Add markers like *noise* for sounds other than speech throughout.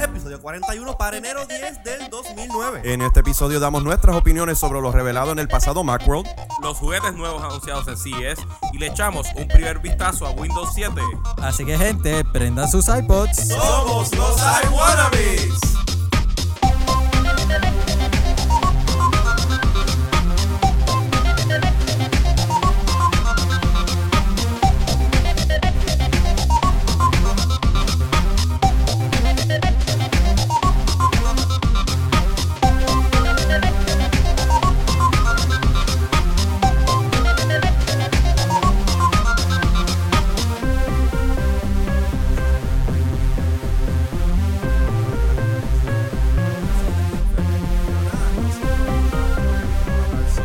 episodio 41 para enero 10 del 2009. En este episodio damos nuestras opiniones sobre lo revelado en el pasado Macworld. los juguetes nuevos anunciados en CES y le echamos un primer vistazo a Windows 7. Así que gente, prendan sus iPods. ¡Somos los iWannabes!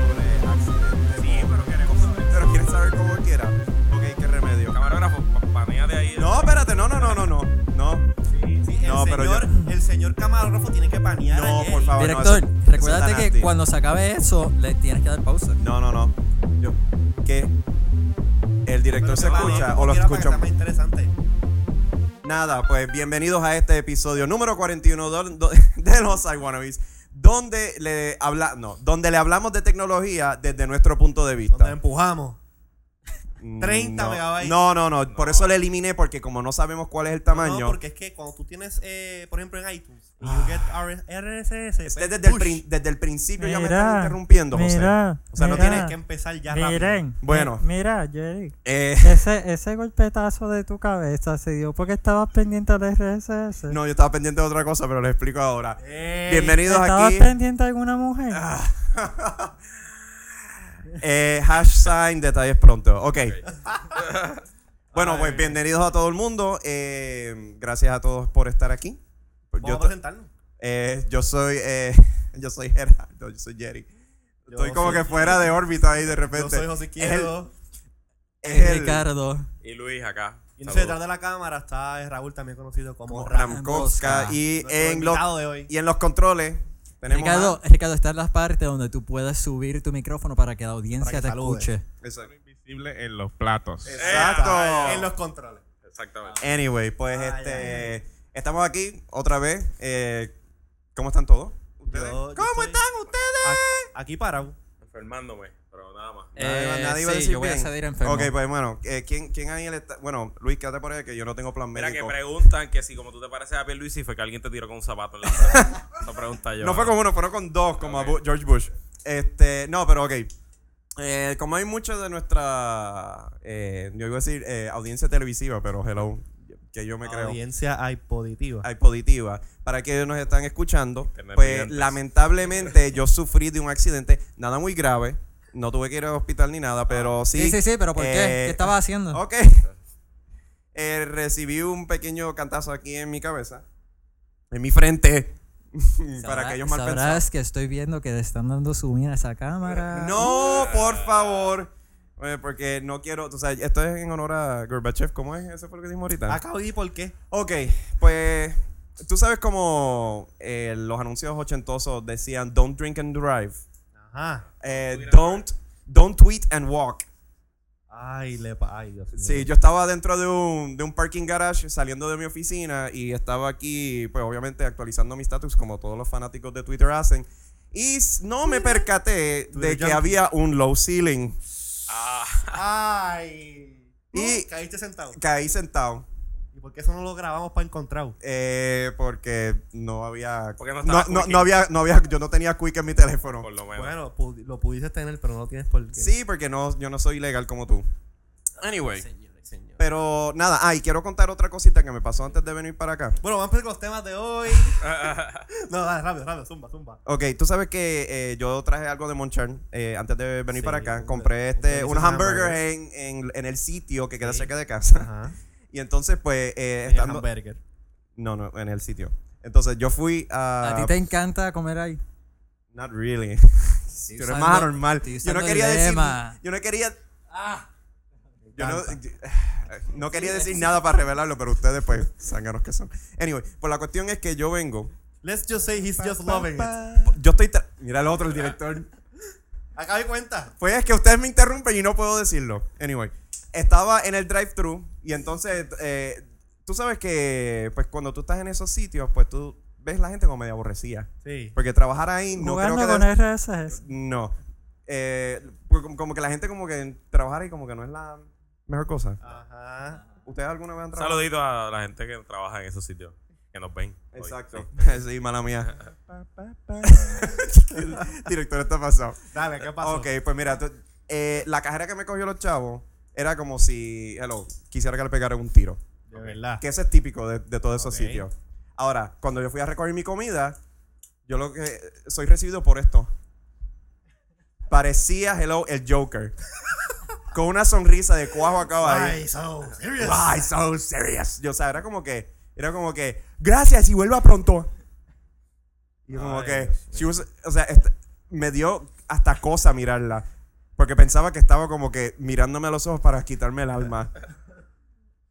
Sí, pero queremos saber. Pero quieren saber cómo quiera. Ok, qué remedio. Camarógrafo, pa- panea de ahí. No, espérate, no, no, no, no, no. No, Sí, el, No, pero señor, el señor camarógrafo tiene que panear. a no, Jay. por favor. no, eso- Director, eso recuérdate está que nasty. cuando se acabe eso, le tienes que dar pausa. No, no, no. Yo, ¿Qué? ¿El director Pero se que panee escucha como o lo quiera para que escucha? sea más interesante. Nada, pues bienvenidos a este episodio número 41 do- *laughs* do- de los iWannabes, donde le, habla, no, donde le hablamos de tecnología desde nuestro punto de Nos vista. empujamos. Mm, 30 no. megabytes. No, no, no, por eso le eliminé, porque como no sabemos cuál es el tamaño, No, porque es que cuando tú tienes, eh, por ejemplo, en iTunes, y you get Ah. R- RSS, es pues, desde, el, push. prin- desde el principio ya me Mira, están interrumpiendo, José. mira, o sea, mira. no tiene Tienes que empezar ya rápido. Miren. Bueno. mi- mira, Jerry. Eh, Ese, ese golpetazo de tu cabeza se dio porque estabas pendiente al RSS. no, yo estaba pendiente de otra cosa, pero les explico ahora. Ey, Bienvenidos ¿Estabas aquí. Ah, pendiente a alguna mujer? Eh, hash sign, detalles pronto. Ok. *laughs* bueno, pues bienvenidos a todo el mundo. Eh, gracias a todos por estar aquí. Pues Vamos Yo, a presentarnos. eh, yo soy eh, *laughs* yo soy Gerardo, yo soy Jerry. Yo Estoy como soy- que este, fuera de órbita ahí de Yo repente. soy José Izquierdo. Es el- Eh, Ricardo. Y Luis acá. Y entonces Saludos. detrás de la cámara está eh, Raúl, también conocido como como Ram. Ramkowska. Ramkowska. Y Nuestro en, los, invitado de hoy. y en los controles tenemos. Ricardo, a- Ricardo, está en las partes donde tú puedas subir tu micrófono para que la audiencia Para que te salude. escuche. Exacto. invisible en los platos. En los controles. Exactamente. Anyway, pues Ah, este estamos aquí otra vez. Eh, ¿Cómo están todos? ¿Ustedes? Yo- yo ¿Cómo estoy- están ustedes? A- Aquí parado. Enfermándome, pero nada más. Nadie- nadie iba a Eh, sí, decir yo voy a bien. salir enfermo. Ok, pues bueno, eh, ¿quién, ¿quién ahí le está? Bueno, Luis, quédate por ahí que yo no tengo plan Mira que médico. preguntan que si como tú te pareces a Pierluisi fue que alguien te tiró con un zapato en la *laughs* cara. Esa pregunta yo. no fue con uno, fueron con dos, como a Bu- George Bush. Este, no, pero ok. Eh, como hay mucho de nuestra, eh, yo iba a decir eh, audiencia televisiva, pero hello, que yo me creo. Audiencia hay positiva. hay positiva. Para quienes nos están escuchando, Tener pues clientes. lamentablemente yo sufrí de un accidente, nada muy grave. No tuve que ir al hospital ni nada, pero sí. Sí, sí, sí, pero ¿por qué? eh, ¿Qué estabas haciendo? Ok. Eh, recibí un pequeño cantazo aquí en mi cabeza, en mi frente, *laughs* para Sabrá- aquellos mal sabrás pensados. Eh, que estoy viendo que le están dando zoom in a esa cámara. No, por favor. Eh, Porque no quiero, o sea, esto es en honor a Gorbachev, ¿cómo es? Eso fue lo que dijimos ahorita. Acabo de ir Ah, por qué. Ok, pues tú sabes como eh, los anuncios ochentosos decían don't drink and drive, Ajá. eh, don't, don't tweet and walk. Ay, le pa- Ay, Dios mío. Sí, yo estaba dentro de un, de un parking garage saliendo de mi oficina y estaba aquí, pues obviamente actualizando mi status como todos los fanáticos de Twitter hacen. Y s- no me percaté de Twitter que junkie. había un low ceiling. Ah, Ay. Y- Y caíste sentado. Caí sentado. ¿Y por qué eso no lo grabamos para encontrar? eh, porque no había. Porque no no, estaba no- Quick. no había, no había. Yo no tenía quick en mi teléfono. Por lo menos. Bueno, pu- lo pudiste tener, pero no tienes por qué. Sí, porque no, yo no soy legal como tú. Anyway. Señores, señores. Pero nada, ay, quiero contar otra cosita que me pasó antes de venir para acá. Bueno, vamos a empezar con los temas de *laughs* hoy. no, dale, rápido, rápido, zumba, zumba. Ok, tú sabes que eh, yo traje algo de Moncharn eh, antes de venir Sí, para acá. un- Compré un este, delicioso unos hamburgers hamburger. en, en- en el sitio que queda Sí. cerca de casa. Ajá. *laughs* Y entonces, pues, eh, En el estando- hamburger. No, no, en el sitio. Entonces, yo fui a... ¿A ti te encanta comer ahí? Not really. *laughs* Sí, Yo era más anormal. Yo no quería decir... Yo no quería... Yo no, Tanta. yo- *sighs* no quería decir nada para revelarlo, pero ustedes, pues, *laughs* sanganos que son. Anyway, pues la cuestión es que yo vengo. Let's just say he's just loving it. Yo estoy. tra- Mira el otro, el director. Acá de cuenta. Pues es que ustedes me interrumpen y no puedo decirlo. Anyway, estaba en el drive-thru y entonces. eh, tú sabes que, pues, cuando tú estás en esos sitios, pues tú ves la gente como medio aborrecida. Sí. Porque trabajar ahí no creo Jugando que... con debe- RSS. No. Eh, pues como- como que la gente como que trabajar ahí como que no es la mejor cosa. Ajá. ¿Ustedes alguna vez han trabajado? Saludito a la gente que trabaja en esos sitios, que nos ven. hoy. Exacto. Sí. *laughs* sí, mala mía. Pa, pa, pa. *laughs* El director está pasado. Dale, ¿qué pasó? Ok, pues mira, tú- eh, la cajera que me cogió los chavos era como si, hello, quisiera que le pegaran un tiro. De verdad. Que eso es típico de, de todos esos Ok. sitios. Ahora, cuando yo fui a recoger mi comida, yo lo que soy recibido por esto. Parecía, hello, el Joker. *laughs* Con una sonrisa de cuajo acaba ahí. Why so serious? Why so serious? Yo, o sea, era como que, era como que, gracias y vuelva pronto. Y yo como Ay, que, Dios she was- o sea, est- me dio hasta cosa mirarla. Porque pensaba que estaba como que mirándome a los ojos para quitarme el alma.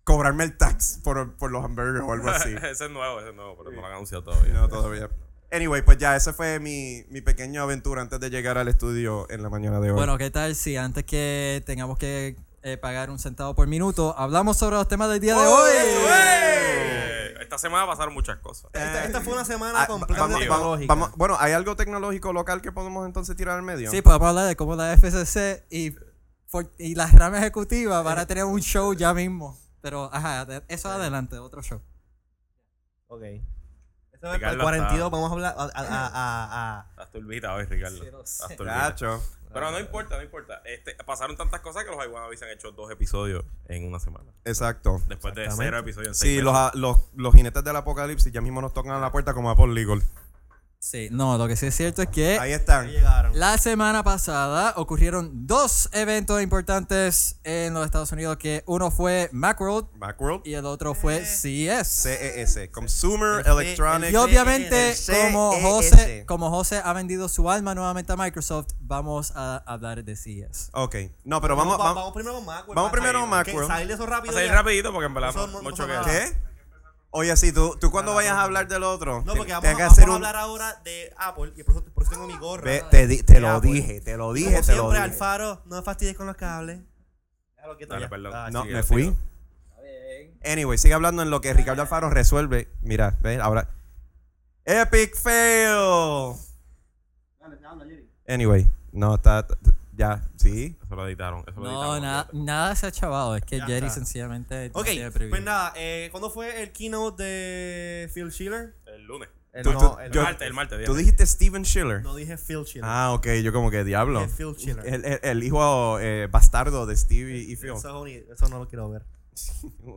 cobrarme el tax por, por los hamburgers o algo *laughs* así. *laughs* ese es nuevo, ese es nuevo, pero no lo han anunciado todavía. No, todavía. Anyway, pues ya, esa fue mi, mi pequeña aventura antes de llegar al estudio en la mañana de hoy. Bueno, ¿qué tal si antes que tengamos que eh, pagar un centavo por minuto, hablamos sobre los temas del día Oh, de hoy? Eh, esta semana pasaron muchas cosas. Esta, esta fue una semana Ah, va- vamos- completamente vamos- tecnológica. vamos- bueno, ¿hay algo tecnológico local que podemos entonces tirar al medio? Sí, podemos hablar de cómo la FCC y, for- y la rama ejecutiva van a tener un show ya mismo. Pero, ajá, de- eso adelante, otro show. Ok. Este va a ser el Ricardo 42 está- vamos a hablar. A, a, a, a, a- Las turbitas hoy, Ricardo. Sí, lo sé. Las turbitas. Gacho. Pero no importa, no importa. Este, pasaron tantas cosas que los Iguanabi se han hecho dos episodios en una semana. Exacto. Después de Exactamente. cero episodios en seis Sí, los, meses. los, los jinetes del apocalipsis ya mismo nos tocan a la puerta como a Paul Legal. Sí, no, lo que sí es cierto es que Ahí Eh, ahí están. llegaron. La semana pasada ocurrieron dos eventos importantes en los Estados Unidos, que uno fue Macworld Backworld. y el otro Eh. fue CES. CES. Consumer Este, El- Electronic. Y obviamente, E CES. como José, como José ha vendido su alma nuevamente a Microsoft, vamos a hablar de E CES. Ok. No, pero vamos. vamos, vamos- primero con Macworld. Vamos primero con Hay que Macworld. Salir de eso rápido. Vamos a ir ya. rapidito porque en verdad Eso no- no mucho que... pasa nada. ¿Qué? Oye, sí, tú, tú cuando vayas a hablar del otro. No, porque tienes vamos, a- que vamos hacer a un- hablar ahora de Apple y por eso, por eso tengo mi gorra. Ve, te, di- te de lo Apple. dije, te pues. lo Como dije, te lo siempre, dije. Alfaro, no me fastidies con los cables. Déjalo quieto Dale, ya. perdón. Ah, No, Sí, me sí, fui. sí. Anyway, sigue hablando en lo que Ricardo Alfaro resuelve. Mira, ves, ahora. Epic fail. Anyway, no, está. Ya, sí. Eso lo editaron. Eso lo No, editaron. nada, nada se ha chavado, es que Ya Jerry está. sencillamente no Ok, tiene preview. pues nada, eh, ¿cuándo fue el keynote de Phil Schiller? El lunes. El, Tú- tú- el martes. yo- martes, el martes. Tú día. dijiste Steven Schiller. No dije Phil Schiller. Ah, ok, yo como que diablo. Dije Phil Schiller. El, el- el hijo eh, bastardo de Stevie y Phil. Eso, es un- eso no lo quiero ver. *laughs*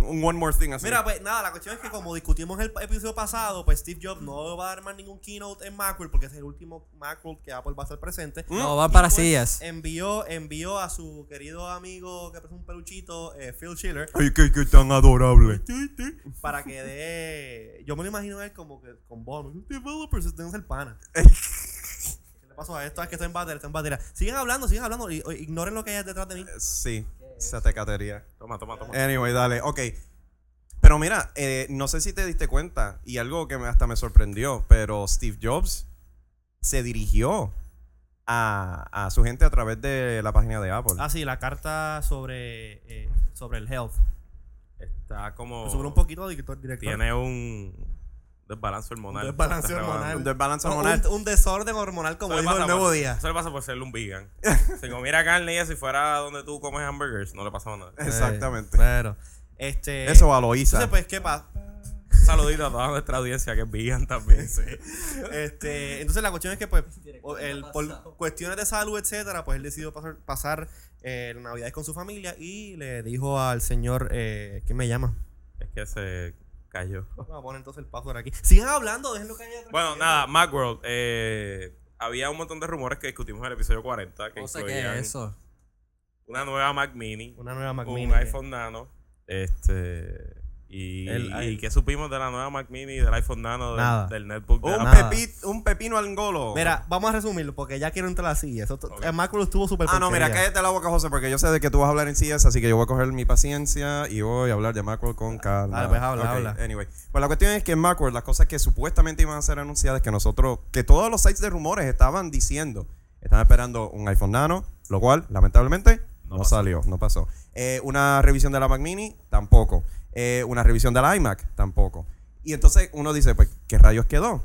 Un one more thing así. Mira, pues nada, la cuestión es que como discutimos en el episodio pasado, pues Steve Jobs no va a dar más ningún keynote en Macworld porque es el último Macworld que Apple va a estar presente. No, van para E Y, pues, CES. Envió, envió a su querido amigo que es un peluchito, eh, Phil Schiller, Ay, qué, qué tan adorable. para que dé. Yo me lo imagino a él como que con bono. Developers, este no es el pana. ¿Qué le pasó a esto? Es que está en batería, está en batería. Sigan hablando, sigan hablando. y- y- Ignoren lo que hay detrás de mí. Sí, esa tecatería. Toma, toma, Eh, toma. Anyway, dale, ok. Pero mira, eh, no sé si te diste cuenta y algo que me- hasta me sorprendió, pero Steve Jobs se dirigió a, a su gente a través de la página de Apple. Ah, sí, la carta sobre, eh, sobre el health. Está como... Me Sobre un poquito de director. director. Oh. Tiene un desbalance hormonal. Un desbalance Está hormonal. un desbalance Un- hormonal. Un, un desorden hormonal como Eso le dijo pasa el nuevo por- día. Eso le pasa por serle un vegan. *laughs* si comiera carne y eso, si fuera donde tú comes hamburgers, no le *laughs* pasaba nada. Exactamente. Pero, este. Eso va a Loisa. Entonces, pues, ¿qué pasa? Saludito a toda nuestra audiencia que es vegan también. Este, entonces la cuestión es que pues o- él, por cuestiones de salud, etcétera, pues él decidió pasar, pasar eh, la Navidad con su familia y le dijo al señor, eh, ¿quién me llama? Es que se cayó. Vamos a poner entonces el password aquí. Sigan hablando, déjenlo que haya atrás. Bueno, nada, Macworld. eh, había un montón de rumores que discutimos en el episodio 40. Que No pues, sé qué incluían es eso. Una nueva Mac Mini. Una nueva Mac un Mini. iPhone Nano. Este. Y, El- y el- qué supimos de la nueva Mac Mini, del iPhone Nano, del- Nada. del netbook. de Un, Apple? Nada. pepi- un pepino al golo. pues, ah. Mira, vamos a resumirlo porque ya quiero entrar a la silla. Eso, Ok. El Macro estuvo súper Ah, no, mira, porquería. cállate la boca, José, porque yo sé de que tú vas a hablar en CES, así que yo voy a coger mi paciencia y voy a hablar de Macworld con calma. dale, pues, habla, Ok, habla. Anyway, pues la cuestión es que en Macworld las cosas que supuestamente iban a ser anunciadas que nosotros, que todos los sites de rumores estaban diciendo, estaban esperando un iPhone Nano, lo cual, lamentablemente, no, No pasó. salió, no pasó. Eh, una revisión de la Mac Mini, tampoco. Eh, una revisión de la iMac, tampoco. Y entonces uno dice, pues, ¿qué rayos quedó?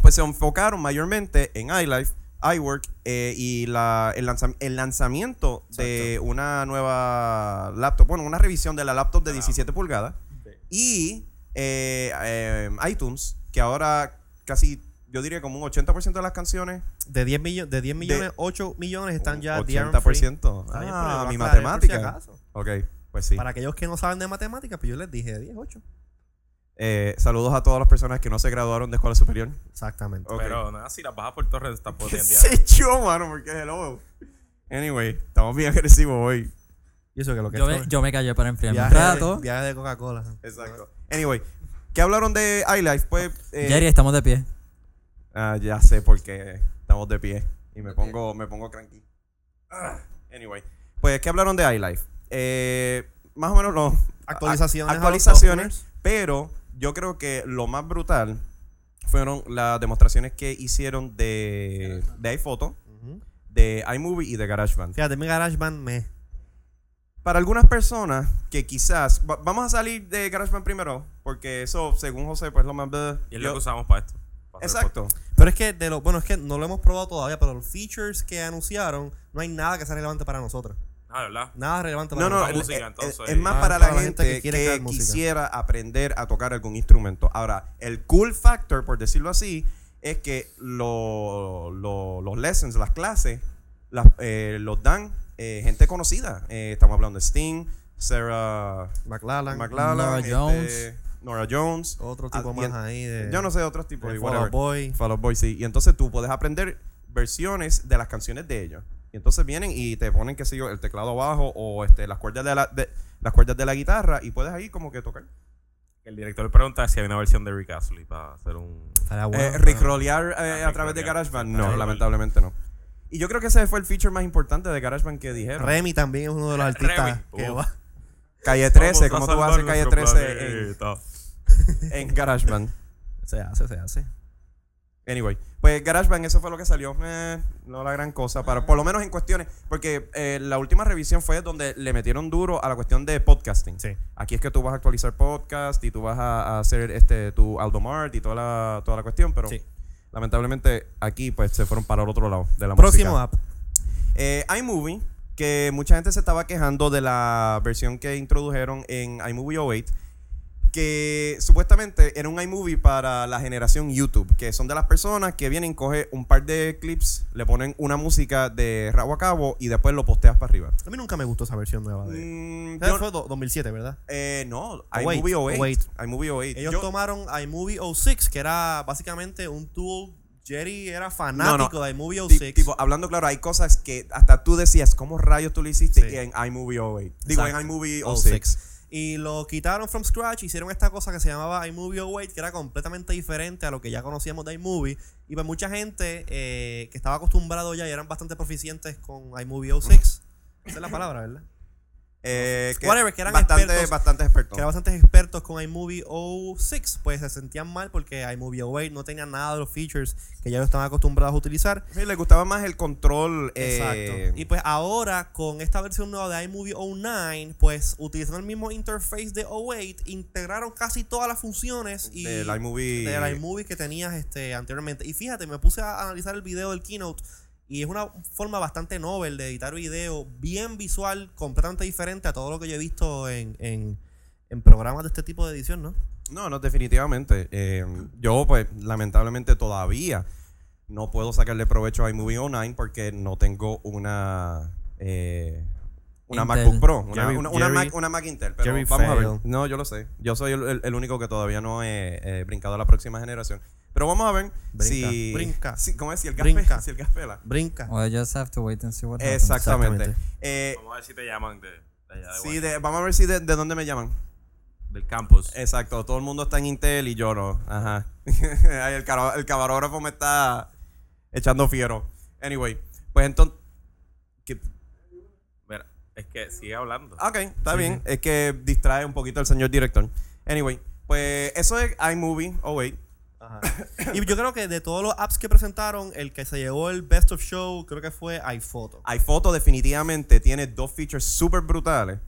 Pues se enfocaron mayormente en iLife, iWork eh, y la, el, lanzam- el lanzamiento de una nueva laptop, bueno, una revisión de la laptop de 17 pulgadas y eh, eh, iTunes, que ahora casi, yo diría como un 80% de las canciones, De 10, millo- de 10 millones, 8 millones están un ya DRM free. 80%. Está bien, pero Ah, lo aclaré mi por matemática. si acaso. ok, pues sí. Para aquellos que no saben de matemáticas, pues yo les dije de 10, 8. Eh, saludos a todas las personas que no se graduaron de *laughs* escuela superior. Exactamente. Ok. Pero nada, si las bajas por torres está por ¿Qué hoy *laughs* en día. sé yo, mano? Porque hello. Anyway, estamos *laughs* bien agresivos hoy. Y eso que lo que Yo es me, yo me callé para enfriarme un viaje, rato. de, viaje de Coca-Cola. Exacto. Anyway, ¿qué hablaron de iLife? Pues. eh, Jerry, estamos de pie. ah, ya sé por qué estamos de pie. Y me pongo, me pongo cranky. Ah, anyway. Pues, ¿qué hablaron de iLife? Eh, más o menos lo. Actualizaciones a- a los Ah, Actualizaciones. softwares. Pero yo creo que lo más brutal fueron las demostraciones que hicieron de, de iPhoto, Ujú. de iMovie y de GarageBand. Fíjate, mi GarageBand me. Para algunas personas que quizás. va- vamos a salir de GarageBand primero, porque eso, según José, pues lo más. bleh. Y es Yo- lo que usamos para esto. para hacer exacto. Pero es que de lo, bueno, es que no lo hemos probado todavía, pero los features que anunciaron, no hay nada que sea relevante para nosotros. podcast. Ah, ¿verdad? Nada relevante para No, no, nosotros. Para el- música, el- entonces. eh. el- es más Ah, para la gente que, quiere crear música. quisiera aprender a tocar algún instrumento. Ahora, el cool factor, por decirlo así, es que lo- lo- los lessons, las clases, las, eh, los dan eh, gente conocida. Eh, estamos hablando de Sting, Sarah McLaren, McLaren, Nora este, Jones. Nora Jones. Otro Ah, tipo y más en- ahí de. Yo no sé otros tipos. de y Fall whatever. Eh, Out Boy. Fall Out Boy, sí. Y entonces tú puedes aprender versiones de las canciones de ellos. Y entonces vienen y te ponen, qué sé yo, el teclado abajo o este, las cuerdas de la, de- las cuerdas de la guitarra y puedes ahí como que tocar. El director pregunta si hay una versión de Rick Astley para hacer un. Estaría Eh, bueno, pero- Rickrollear eh, Ah, a través de rickrollear. GarageBand. Ah, No, sí. lamentablemente no. Y yo creo que ese fue el feature más importante de GarageBand que dijeron. Remy también es uno de los artistas Remy. que Uh. va. calle 13, Vamos ¿cómo tú vas a hacer salvar Calle nuestro 13 en, planeta. en *laughs* GarageBand? Se hace, se hace. Anyway, pues GarageBand, eso fue lo que salió. Eh, no la gran cosa, para, por lo menos en cuestiones. Porque eh, la última revisión fue donde le metieron duro a la cuestión de podcasting. Sí. Aquí es que tú vas a actualizar podcast y tú vas a, a hacer este tu Aldomart y toda la, toda la cuestión, pero Sí. lamentablemente aquí pues se fueron para el otro lado de la Próximo música. app. Eh, iMovie, que mucha gente se estaba quejando de la versión que introdujeron en iMovie 08, que supuestamente era un iMovie para la generación YouTube, que son de las personas que vienen, coge un par de clips, le ponen una música de rabo a cabo y después lo posteas para arriba. A mí nunca me gustó esa versión nueva de. Mm, Esa yo- fue do- 2007, ¿verdad? eh, no, Oh, Wait, iMovie 08. wait. iMovie 08. Ellos oh, Yo- tomaron iMovie 06, que era básicamente un tool. Jerry era no, no. fanático de iMovie ti- 06. tipo, hablando claro, hay cosas que hasta tú decías, ¿cómo rayos tú lo hiciste Sí. en iMovie 08? Digo, Exacto. en oh, iMovie 06. 06. Y lo quitaron from scratch, hicieron esta cosa que se llamaba iMovie 08, que era completamente diferente a lo que ya conocíamos de iMovie. Y para mucha gente eh, que estaba acostumbrado ya y eran bastante proficientes con iMovie 06. Esa es la palabra, ¿verdad? Eh, que Whatever, que eran bastante, expertos. Bastante expertos. Que eran bastantes expertos con iMovie 06, pues se sentían mal porque iMovie 08 no tenía nada de los features que ya ellos estaban acostumbrados a utilizar. Sí, les gustaba más el control. eh, Exacto. Y pues ahora con esta versión nueva de iMovie 09, pues utilizando el mismo interface de 08, integraron casi todas las funciones y del iMovie. del iMovie que tenías este, anteriormente. Y fíjate, me puse a analizar el video del keynote y es una forma bastante novel de editar video, bien visual, completamente diferente a todo lo que yo he visto en, en- en programas de este tipo de edición, ¿no? No, no, definitivamente. Eh, yo, pues, lamentablemente todavía no puedo sacarle provecho a iMovie Online porque no tengo una. eh, una Intel. MacBook Pro, una, Jerry- una- una Jerry- Mac, una Mac Intel, pero Jerry vamos a ver. fail. No, yo lo sé. Yo soy el, el- el único que todavía no he, he brincado a la próxima generación. Pero vamos a ver Brinca, si. brinca, si- ¿Cómo es? Si el gas brinca. pela- Si el gas pela. Brinca. Well, I just have to wait and see what happens. Exactamente. Exactamente. Eh, Vamos a ver si te llaman de, de allá de sí, Guaynabo, de- vamos a ver si de, de dónde me llaman. del campus. Exacto, todo el mundo está en Intel y yo no. Ajá. *laughs* Ay, el, caro- el camarógrafo me está echando fiero. Anyway, pues entonces. Mira, es que sigue hablando. Ok, está bien. Es que distrae un poquito al señor director. Anyway, pues eso es iMovie. Oh, wait. Ajá. *coughs* y yo creo que de todos los apps que presentaron, el que se llevó el Best of Show Ah, creo que fue iPhoto. iPhoto definitivamente tiene dos features súper brutales.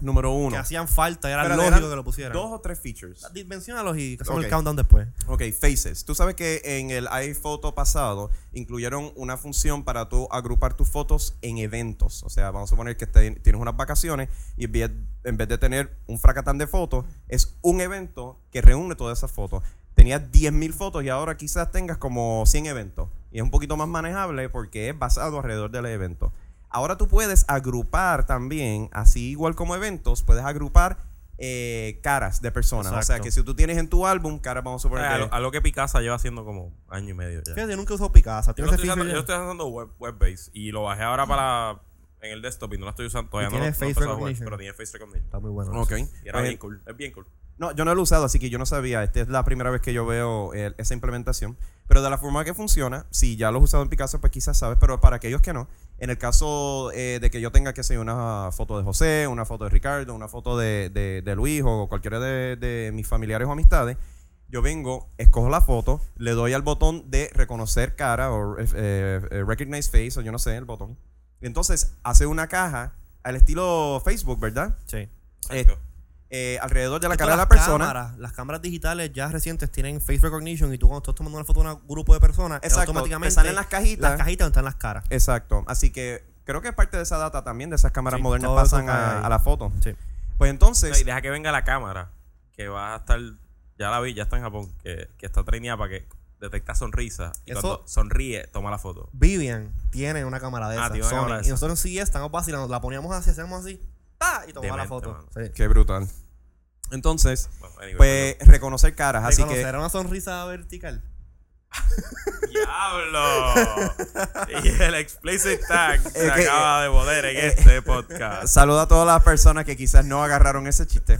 número uno. que hacían falta, era Espérate, lógico eran que lo pusieran. Dos o tres features. Menciónalos y hacemos Ok. el countdown después. Ok, Faces. Tú sabes que en el iPhoto pasado incluyeron una función para tú agrupar tus fotos en eventos. O sea, vamos a suponer que te- tienes unas vacaciones y en vez, en vez de tener un fracatán de fotos, es un evento que reúne todas esas fotos. Tenías 10.000 fotos y ahora quizás tengas como 100 eventos. Y es un poquito más manejable porque es basado alrededor del evento. Ahora tú puedes agrupar también, así igual como eventos, puedes agrupar eh, caras de personas. O sea, Exacto. que si tú tienes en tu álbum, caras, vamos a suponer que- Algo, algo que Picasa lleva haciendo como año y medio ya. Fíjate, yo nunca he usado Picasa. Yo, ¿Tienes lo ese estoy usando, feature yo ya? estoy usando web, base y lo bajé ahora para en el desktop y no lo estoy usando todavía. Y No, tiene lo- no face he empezado a jugar, recognition. pero tiene face recognition. Está muy bueno. Ok. Y era Pues, bien cool. Es bien cool. No, yo no lo he usado, así que yo no sabía. Esta es la primera vez que yo veo eh, esa implementación. Pero de la forma que funciona, si ya lo has usado en Picasso, pues quizás sabes, pero para aquellos que no, en el caso eh, de que yo tenga que hacer una foto de José, una foto de Ricardo, una foto de, de- de Luis o cualquiera de, de mis familiares o amistades, yo vengo, escojo la foto, le doy al botón de reconocer cara o eh, eh, recognize face o yo no sé, el botón. Y entonces hace una caja al estilo Facebook, ¿verdad? Sí. Exacto. Eh, alrededor de la Esto, cara de las la persona. cámaras- las cámaras digitales ya recientes tienen face recognition y tú cuando estás tomando una foto de un grupo de personas, Exacto, automáticamente te salen las cajitas. Las cajitas donde están las caras. Exacto. Así que creo que parte de esa data también de esas cámaras Sí, modernas todo pasan eso cae a, ahí. a la foto. Sí. Pues No, y entonces, deja que venga la cámara, que va a estar, ya la vi, ya está en Japón, que, que está traineada para que detecta sonrisa. Y Eso- cuando sonríe, toma la foto. Vivian tiene una cámara de Ah, esas. tiene una Sony. cámara de y esas. nosotros sí estamos vacilando. La poníamos así, hacemos así. ¡ta! Y tomamos la Demente, foto. mano. Sí. qué brutal. Entonces, Bueno, anyway, pues reconocer caras. Así que Reconocer una sonrisa vertical. pero- ¡Diablo! y el explicit tag se Es que- acaba de poder en este podcast. saluda a todas las personas que quizás no agarraron *laughs* ese chiste.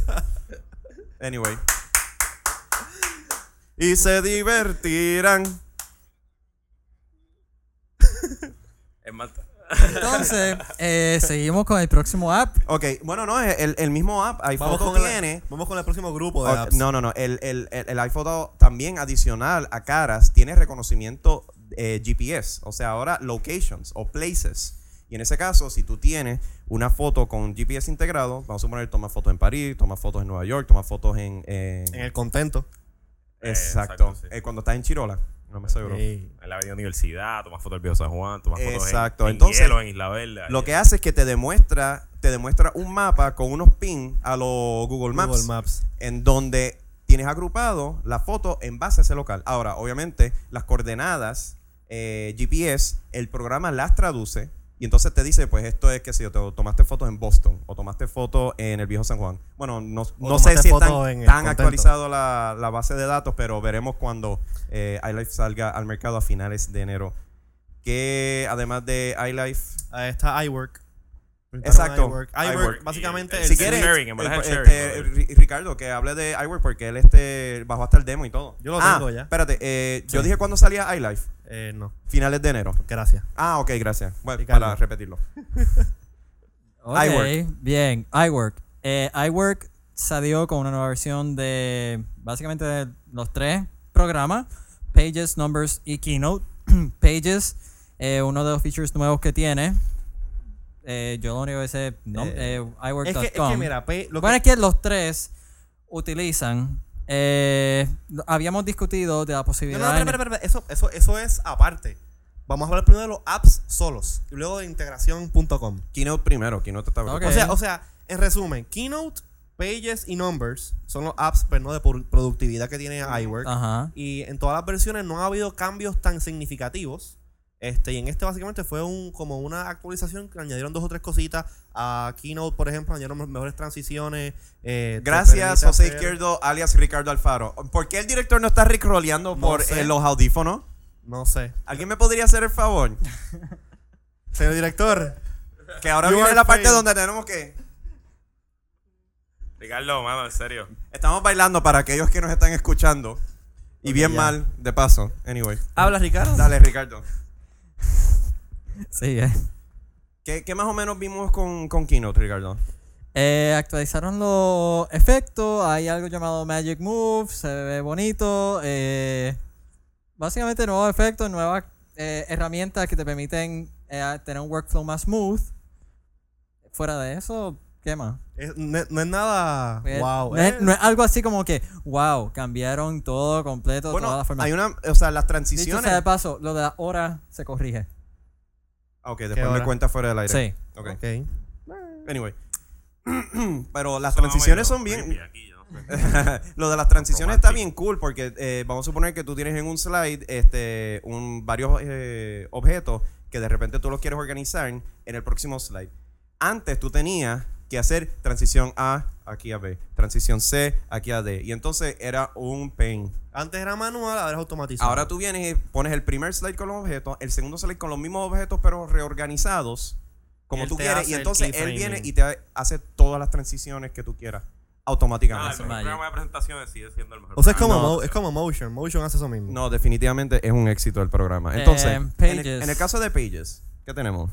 Anyway. Y se divertirán. Es Malta. Entonces, eh, seguimos con el próximo app. Ok, bueno, no, es el, el mismo app, Vamos iPhoto con, tiene. el, vamos con el próximo grupo de Ok, apps. No, no, no. El, el, el, el iPhoto también adicional a caras tiene reconocimiento eh, GPS, o sea, ahora locations o places. Y en ese caso, si tú tienes una foto con GPS integrado, vamos a poner toma fotos en París, toma fotos en Nueva York, toma fotos en... en- En el eh, contento. exacto. Exacto, sí. Eh, cuando estás en Chirola, no me aseguro. Sí. En la avenida Universidad, tomas fotos del Viejo San Juan, tomas fotos en- Exacto, en, entonces, hielo, en Isla Verde. Lo ahí. que hace es que te demuestra, te demuestra un mapa con unos pins a los Google Maps. Google Maps. en donde tienes agrupado la foto en base a ese local. Ahora, obviamente, las coordenadas eh, GPS, el programa las traduce y entonces te dice, pues esto es que si te tomaste fotos en Boston o tomaste fotos en el viejo San Juan. Bueno, no, no sé tomaste si están fotos en el tan contento. actualizado la, la base de datos, pero veremos cuando eh, iLife salga al mercado a finales de enero. Que además de iLife... Ahí está iWork. Exacto. iWork. iWork, iWork. básicamente. Y- el- Si el quieres, sharing, en verdad es el eh, sharing, este, ¿no? Ri- Ricardo, que hable de iWork porque él este bajó hasta el demo y todo. Yo lo Ah, tengo ya. Espérate, eh, yo Sí. dije cuándo salía iLife, eh, no, finales de enero. gracias. Ah, ok, gracias. Bueno, Ricardo. para repetirlo. Ok, iWork. Bien, iWork. Eh, iWork salió con una nueva versión de básicamente de los tres programas, Pages, Numbers y Keynote. *clears throat* Pages, eh, uno de los features nuevos que tiene. eh, yo lo único que sé no, eh, iWork.com. Es que, es que mira, pe- lo bueno que- es que los tres utilizan. eh, lo- habíamos discutido de la No, posibilidad. no, en- espera, espera, espera, Eso, eso, eso es aparte. Vamos a hablar primero de los apps solos y luego de integración.com. Keynote primero, Keynote está Ok. O sea, o sea, en resumen, Keynote, Pages y Numbers son los apps pero no de por- productividad que tiene iWork. Ajá. Y en todas las versiones no ha habido cambios tan significativos. Este, y en este básicamente fue un, como una actualización que añadieron dos o tres cositas. A Keynote, por ejemplo, añadieron me- mejores transiciones. eh, te Gracias, permite José hacer- Izquierdo, alias Ricardo Alfaro. ¿Por qué el director no está ricroleando No por sé. eh, los audífonos? No sé. ¿Alguien me podría hacer el favor? Señor director, Que ahora You viene are la parte failed. donde tenemos que... Ricardo, mano, en serio. Estamos bailando para aquellos que nos están escuchando. Y bien ya. mal, de paso. Anyway. ¿habla Ricardo? *laughs* Dale, Ricardo. Sí, eh. ¿Qué, qué más o menos vimos con, con Keynote, Ricardo? Eh, actualizaron los efectos. Hay algo llamado Magic Move. Se ve bonito. eh, básicamente, nuevos efectos, nuevas eh, herramientas que te permiten eh, tener un workflow más smooth. Fuera de eso, ¿Qué más? Es- no, no es nada. Eh, wow. no, eh. es, no es algo así como que, wow, cambiaron todo completo, toda Bueno, la forma. hay una, eh. o sea, las Dicho transiciones. sea de paso, lo de la hora se corrige. Ah, ok, después me hora? cuenta fuera del aire. Sí. Ok. Ok. Anyway. *clears throat* Pero las Eso no transiciones me son dio bien. creepy aquí, yo no sé. *laughs* lo de las transiciones está Romántico. bien cool porque eh, vamos a suponer que tú tienes en un slide este, un, varios eh, objetos que de repente tú los quieres organizar en el próximo slide. Antes tú tenías que hacer transición A aquí a B, transición C aquí a D y entonces era un pain. Antes era manual, ahora es automatizado. Ahora tú vienes y pones el primer slide con los objetos, el segundo slide con los mismos objetos pero reorganizados como Él tú te quieres hace y el entonces él keyframing. viene y te hace todas las transiciones que tú quieras Ah, automáticamente. el mejor programa de presentaciones sigue siendo el mejor. Ah, O sea, es como, Ah, No. Mo- es como Motion. Motion hace eso mismo. No, definitivamente es un éxito el programa. Entonces, Eh, en, el, Pages. en el caso de Pages, ¿qué tenemos?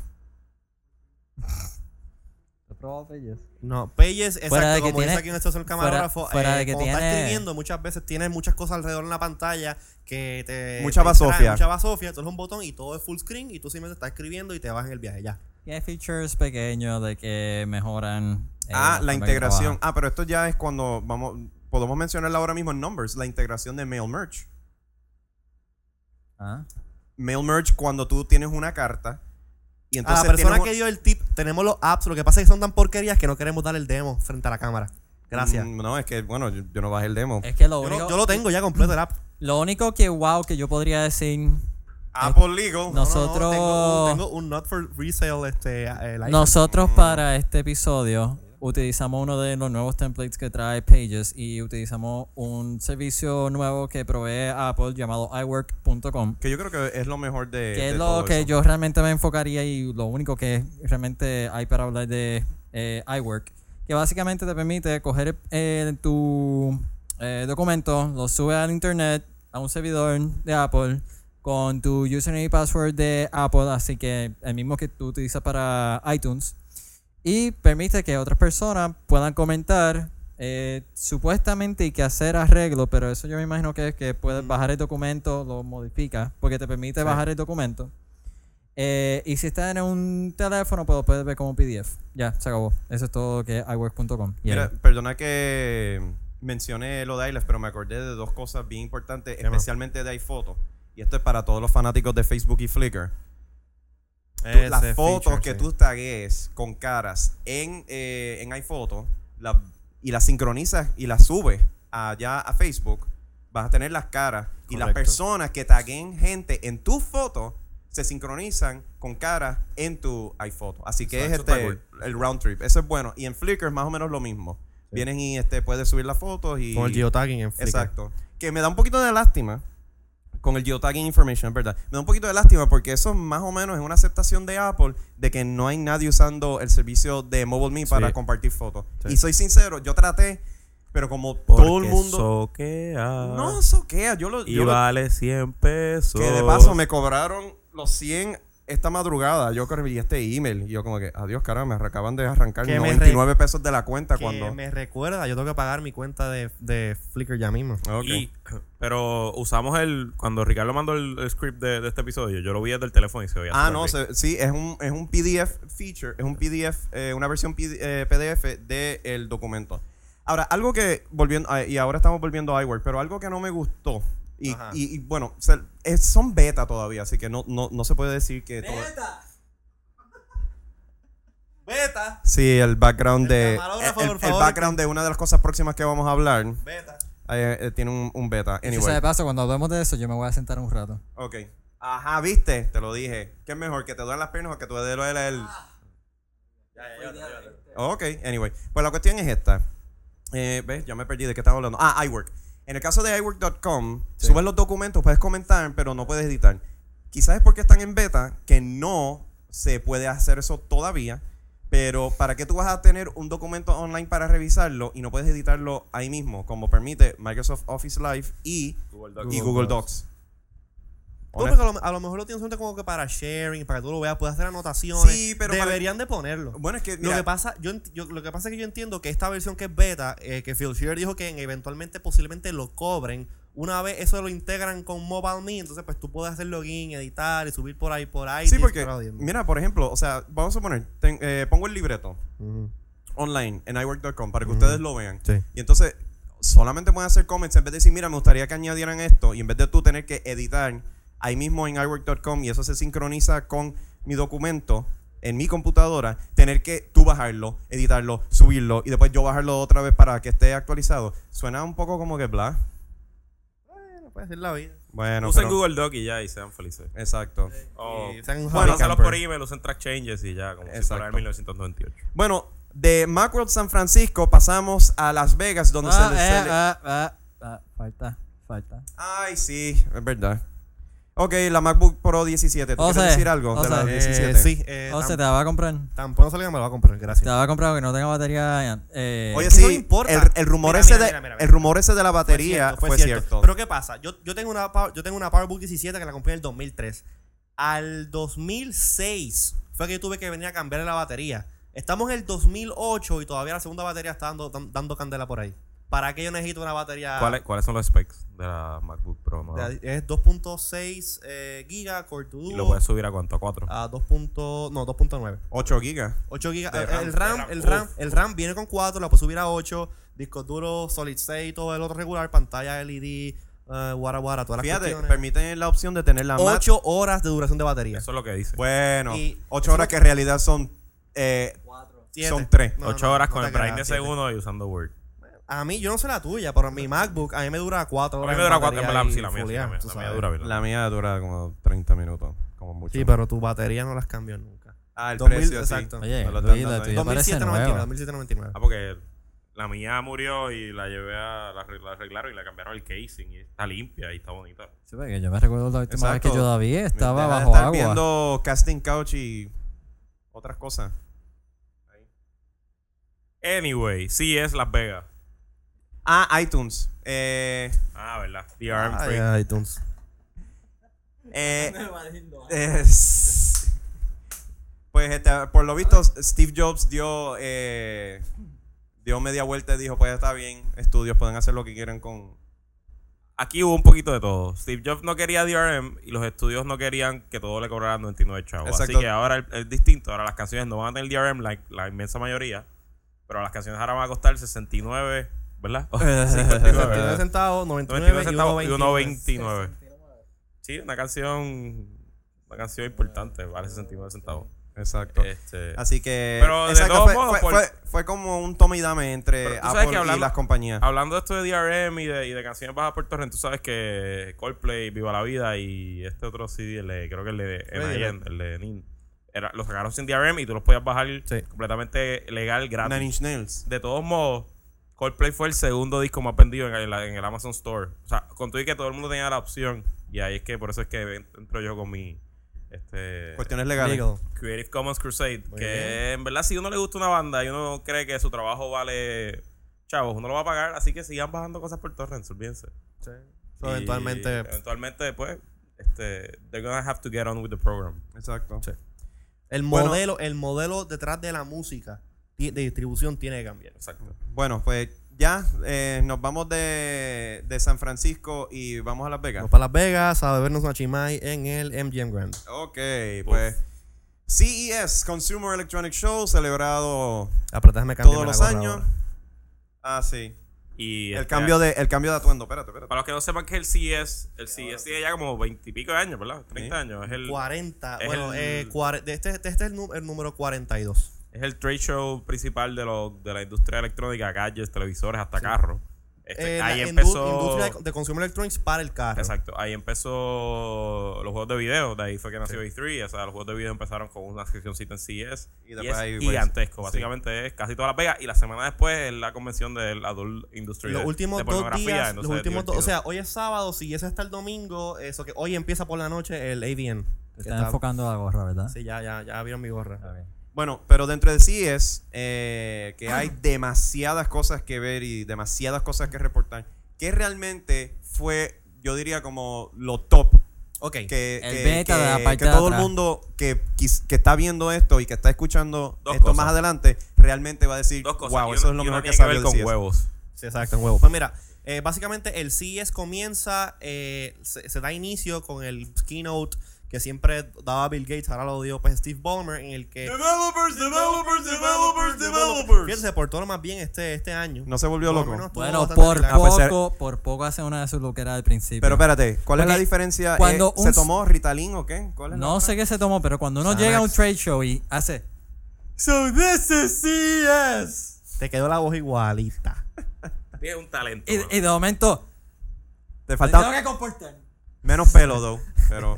No, Pages, Fuera de exacto, que como dice tiene- aquí nuestro señor camarógrafo, eh, fuera- fuera de que como está tiene- escribiendo, muchas veces tienes muchas cosas alrededor en la pantalla que te... Mucha te basofia. distraen, Mucha basofia, tú es un botón y todo es full screen y tú simplemente estás escribiendo y te vas en el viaje ya. Tiene features pequeños de que mejoran. eh, ah, la forma que integración. trabaja. Ah, pero esto ya es cuando vamos. Podemos mencionarla ahora mismo en Numbers, la integración de Mail Merge. Ah. Mail Merge cuando tú tienes una carta Ah, y A la entonces persona tienes que un- dio el tip, tenemos los apps, lo que pasa es que son tan porquerías que no queremos dar el demo frente a la cámara. Gracias. Mm, no, es que, bueno, yo, yo no bajé el demo. Es que lo Yo, único, lo, yo lo tengo ya completo el app. lo único que wow que yo podría decir, Apple Legal. no. No, no, no, Nosotros- tengo, un- tengo un not for resale este, eh, license. nosotros para este episodio utilizamos uno de los nuevos templates que trae Pages y utilizamos un servicio nuevo que provee Apple llamado iWork.com. Que yo creo que es lo mejor de. que de es lo todo que eso. yo realmente me enfocaría y lo único que realmente hay para hablar de eh, iWork, que básicamente te permite coger eh, tu eh, documento, lo sube al internet, a un servidor de Apple, con tu username y password de Apple, así que el mismo que tú utilizas para iTunes, y permite que otras personas puedan comentar. eh, supuestamente y que hacer arreglo, pero eso yo me imagino que es que puedes bajar el documento, lo modificas, porque te permite bajar el documento. Eh, y si está en un teléfono, pues lo puedes ver como PDF. Ya, se acabó. Eso es todo que es iWork.com. Y Mira, ahí. perdona que mencioné lo de Ailes, pero me acordé de dos cosas bien importantes, más? especialmente de iPhoto. Y esto es para todos los fanáticos de Facebook y Flickr. Tú- Ese las fotos feature, que sí. tú taguees con caras en, eh, en iPhoto la- y las sincronizas y las subes allá a Facebook, vas a tener las caras y las Correcto. personas que taguen gente en tus fotos se sincronizan con caras en tu iPhoto. Así que es Eso- eso está este, cool. el round trip. Eso es bueno. Y en Flickr es más o menos lo mismo. Vienen y este, puedes subir las fotos y... Con el geotagging en Flickr. Exacto. Que me da un poquito de lástima con el geotagging information, es ¿verdad? Me da un poquito de lástima porque eso más o menos es una aceptación de Apple de que no hay nadie usando el servicio de MobileMe para compartir fotos. Sí. Y soy sincero, yo traté, pero como todo el mundo... No, soquea, yo lo... y yo lo- vale 100 pesos. que de paso me cobraron los 100 esta madrugada. Yo recibí este email y yo como que, adiós, caramba, me acaban de arrancar Que me 99 pesos de la cuenta Que cuando... me recuerda, yo tengo que pagar mi cuenta de, de Flickr ya mismo. Ok. Y- pero usamos el. Cuando Ricardo mandó el, el script de, de este episodio, yo lo vi desde el teléfono y se veía. Ah, súper no, bien. se- sí, es un, es un PDF feature, es un PDF, eh, una versión P- eh, PDF del documento. Ahora, algo que, volviendo, a- y ahora estamos volviendo a iWork, pero algo que no me gustó, y, Ajá. y- y, bueno, se- es- son beta todavía, así que no, no, no se puede decir que... todo- *laughs* Beta, Sí, el El background de... camarógrafo, el- por el favor. background de una de las cosas próximas que vamos a hablar beta. eh, eh, tiene un, un beta. Dicho sea de Anyway. paso, cuando hablemos de eso, yo me voy a sentar un rato. Ok. Ajá, viste, te lo dije. ¿Qué es mejor, que te duelen las piernas o que te duele el... Ok, anyway. Pues la cuestión es esta. Eh, ¿Ves? Ya me perdí de qué estaba hablando. Ah, iWork. En el caso de iWork.com, subes los documentos, puedes comentar, pero no puedes editar. Quizás es porque están en beta que no se puede hacer eso todavía. Pero ¿para qué tú vas a tener un documento online para revisarlo y no puedes editarlo ahí mismo, como permite Microsoft Office Live y Google Docs. y Google Docs? No, porque a lo, a lo mejor lo tienes solamente como que para sharing, para que tú lo veas, puedes hacer anotaciones. Sí, pero para- Deberían de ponerlo. Bueno, es que, lo, mira, que pasa, yo, ent- yo- lo que pasa es que yo entiendo que esta versión que es beta, eh, que Phil Schiller dijo que en- eventualmente posiblemente lo cobren. Una vez eso lo integran con MobileMe, entonces pues tú puedes hacer login, editar y subir por ahí, por ahí. Sí, y porque, estar jodiendo. mira, por ejemplo, o sea, vamos a poner, ten- eh, pongo el libreto. Ujú. online en iWork.com para que ustedes lo vean. Sí. Y entonces solamente pueden hacer comments en vez de decir, mira, me gustaría que añadieran esto. Y en vez de tú tener que editar ahí mismo en iWork.com y eso se sincroniza con mi documento en mi computadora, tener que tú bajarlo, editarlo, subirlo y después yo bajarlo otra vez para que esté actualizado. Suena un poco como que bla. Bueno, puede ser la vida. Bueno, usen pero- Google Doc y ya, y sean felices. Exacto. Oh. Y sean un Bueno, happy hacerlo por camper. email, usen track changes y ya, como si Exacto. fuera el 1998. Bueno, de Macworld San Francisco pasamos a Las Vegas, donde Ah, se le- se eh, le- ah, ah, ah, falta, falta. Ay, sí, es verdad. Ok, la MacBook Pro 17. ¿Tú O quieres sea, decir algo o de la sea, Eh, 17? sí, eh, O tam- se te la va a comprar. tampoco salga, me lo va a comprar, Te gracias. la va a comprar porque no tenga batería. Eh, Oye, Es que sí, no importa. El, el rumor Mira, ese mira, de, mira, mira, el mira. rumor ese de la Fue batería cierto, fue cierto. Pero Pero, ¿qué pasa? Yo, yo, tengo una, Power- yo tengo una PowerBook 17 que la compré en el 2003. Al 2006 fue que yo tuve que venir a cambiar la batería. Estamos en el 2008 y todavía la segunda batería está dando, dan- dando candela por ahí. ¿Para qué yo necesito una batería? ¿Cuáles, cuáles son los specs de la MacBook Pro? no? Ah. de- Es 2.6 eh, giga, Core to Ah. Y Duo, lo puedes subir a cuánto, a 4. a 2. punto- No, 2.9. 8 gigas. 8 gigas. De El- RAM, eh, el, RAM, el, RAM, el RAM viene con 4, la puedo subir a 8. Discos duros, Solid State, todo el otro regular, pantalla LED, eh, guara guara, todas las Fíjate, cuestiones. permiten la opción de tener la mat- 8 horas de duración de batería. Eso es lo que dice. Bueno, Y- 8 horas que en realidad son eh, Siete. son tres. 8 horas con te el creas, brightness de siete. uno y usando Word. A mí, yo no sé la tuya, pero mi MacBook a mí me dura 4 A mí horas. me en dura 4 batería la y sí, la mía, sí, full, la ya, mía. tú La mía sabes. dura, ¿verdad? La mía dura como 30 minutos, como mucho. Sí, pero tu batería no las cambió nunca. ah, el 2000, precio, sí. exacto. Oye, No lo están Luis, dando la ahí. tuya parece 2007.99, nueva. 2007.99. Ah, porque la mía murió y la llevé a. La, arreg- la arreglaron y la cambiaron el casing. Y está limpia y está bonita. Sí, porque yo me recuerdo la última vez que Exacto. yo la vi, Deja estaba de bajo estar agua. viendo Casting Couch y otras cosas. Anyway, sí es Las Vegas. Ah, iTunes. Eh, Ah, ¿verdad? The Arm Ay, Free. ay, iTunes. eh, Es- *laughs* pues este, por lo visto, Steve Jobs dio, eh, dio media vuelta y dijo, pues está bien, estudios pueden hacer lo que quieran con... *laughs* Aquí hubo un poquito de todo. Steve Jobs no quería DRM y los estudios no querían que todo le cobraran 99 chavos. Exacto. Así que ahora el- es distinto. Ahora las canciones no van a tener DRM, like la inmensa mayoría. Pero las canciones ahora van a costar 69, ¿verdad? *laughs* 99 59, centavos, 99 99 y centavos y 1.29. 1.29. Sí, una canción. Una canción importante, vale 69 centavos. Exacto. Este, Así que... Pero de exacto, todos fue, modos, fue- por- fue- fue como un toma y dame Pero entre tú sabes Apple que y hablando- las compañías. Hablando de esto de DRM y de, y de canciones bajas por torrent, tú sabes que Coldplay, Viva la Vida y este otro CD, el de- creo que el de NIN, el de NIN, era, lo sacaron sin DRM y tú los podías bajar Sí. completamente legal, Nine gratis. Inch Nails. De todos modos, Coldplay fue el segundo disco más vendido en, el- en el Amazon Store. O sea, con todo y que todo el mundo tenía la opción. Y ahí es que por eso es que entro yo con mi este, Cuestiones legales. Legal. Creative Commons Crusade. Muy que bien. en verdad, si uno le gusta una banda y uno cree que su trabajo vale chavos, uno lo va a pagar. Así que sigan bajando cosas por torrents, olvídense. Sí. Y So, eventualmente. Eventualmente, pues, este, they're gonna have to get on with the program. Exacto. Sí. El Bueno. modelo, el modelo detrás de la música ti- de distribución tiene que cambiar. Exacto. Bueno, pues ya eh, nos vamos de, de San Francisco y vamos a Las Vegas. Vamos para Las Vegas a bebernos una chimay en el MGM Grand. Ok, pues... CES, Consumer Electronic Show, celebrado Apretájame todos los años. Ah, sí. Y El este, cambio de, el cambio de atuendo, espérate, espérate. Para los que no sepan que el CES, el CES tiene ya como veintipico de años, ¿verdad? 30 Sí. años. Es el, 40. Es bueno, el- eh, cuare- de este, de este es el, nu- el número 42. es el trade show principal de, los de la industria electrónica, gadgets, televisores, hasta carros. Este, Eh, ahí la indu- empezó. industria de consumer electronics para el carro. Exacto, ahí empezó los juegos de video, de ahí fue que nació E3, o sea, los juegos de video empezaron con una seccióncita en CES Y y, después es ahí, pues, gigantesco, sí. básicamente es casi todas Las Vegas y la semana después es la convención del Adult Industry Los de- últimos de dos pornografía, días, los entonces es últimos dos, o divertido. sea, hoy es sábado, si es hasta el domingo, eso que hoy empieza por la noche el AVN. Te están enfocando a la gorra, ¿verdad? Sí, ya, ya, ya vieron mi gorra. Ah. Está bien. Bueno, pero dentro de CES, eh, que *clears throat* hay demasiadas cosas que ver y demasiadas cosas que reportar, que realmente fue, yo diría, como lo top. Ok. Que, El que- beta que- de la parte que de todo el atrás. mundo que, quis- que está viendo esto y que está escuchando Dos esto cosas. más adelante, realmente va a decir, dos cosas, wow, y eso uno- es lo y uno mejor que tiene salió ver de con CES". huevos. Sí, exacto, en huevo. Pues mira, eh, básicamente el CES comienza, eh, se, se da inicio con el keynote que siempre daba Bill Gates, ahora lo dio pues Steve Ballmer, en el que Developers, developers, developers, fíjense, se portó lo más bien este, este año. No se volvió Por lo loco. menos tuvo Bueno, bastante por relax. Ah, pues, se- poco, por poco hace una de sus loqueras al principio. Pero espérate, ¿cuál es Porque la diferencia? Eh, cuando un- ¿Se tomó Ritalin o qué? ¿Cuál es la no otra? sé qué se tomó, pero cuando uno llega a un trade show y hace. So this is CES. Te quedó la voz igualita. Tiene un talento. Y, mano. y de momento. Te "Me faltaba tengo que comportar. menos pelo, though. *laughs* Pero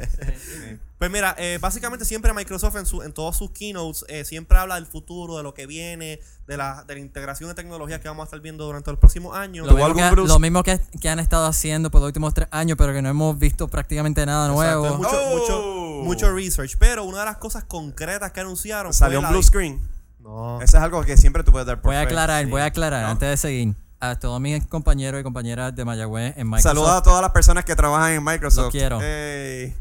Pues mira, eh, básicamente siempre Microsoft en, su- en todos sus keynotes eh, siempre habla del futuro, de lo que viene, de la, de la integración de tecnologías que vamos a estar viendo durante los próximos años. Lo ¿Tuvo mismo, algún que, Bruce? lo mismo que, que han estado haciendo por los últimos tres años, pero que no hemos visto prácticamente nada Exacto, nuevo. mucho, Oh. mucho, mucho research. Pero una de las cosas concretas que anunciaron fue salió un la- blue screen. No. Eso es algo que siempre tú puedes dar por Voy a fe. aclarar, Sí. voy a aclarar No. antes de seguir. A todos mis compañeros y compañeras de Mayagüez en Microsoft. Saluda a todas las personas que trabajan en Microsoft. Los quiero. Ey.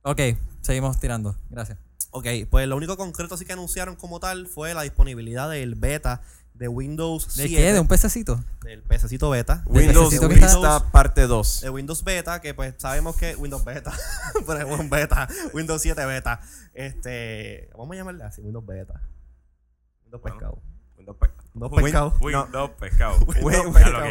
Ok, seguimos tirando. Gracias. Ok, pues lo único concreto sí que anunciaron como tal fue la disponibilidad del beta de Windows ¿De 7. qué? ¿De un pececito? Del pececito beta. Windows necesito que Eh, Vista Windows- parte 2. de Windows Beta, que pues sabemos que Windows Beta, *laughs* pero es un beta, Windows 7 Beta. Este, vamos a llamarle así, Windows Beta. Windows Bueno. Pescado. Windows pe- Windows Win- Pescado. Windows *laughs* pescado. Win- Ya lo que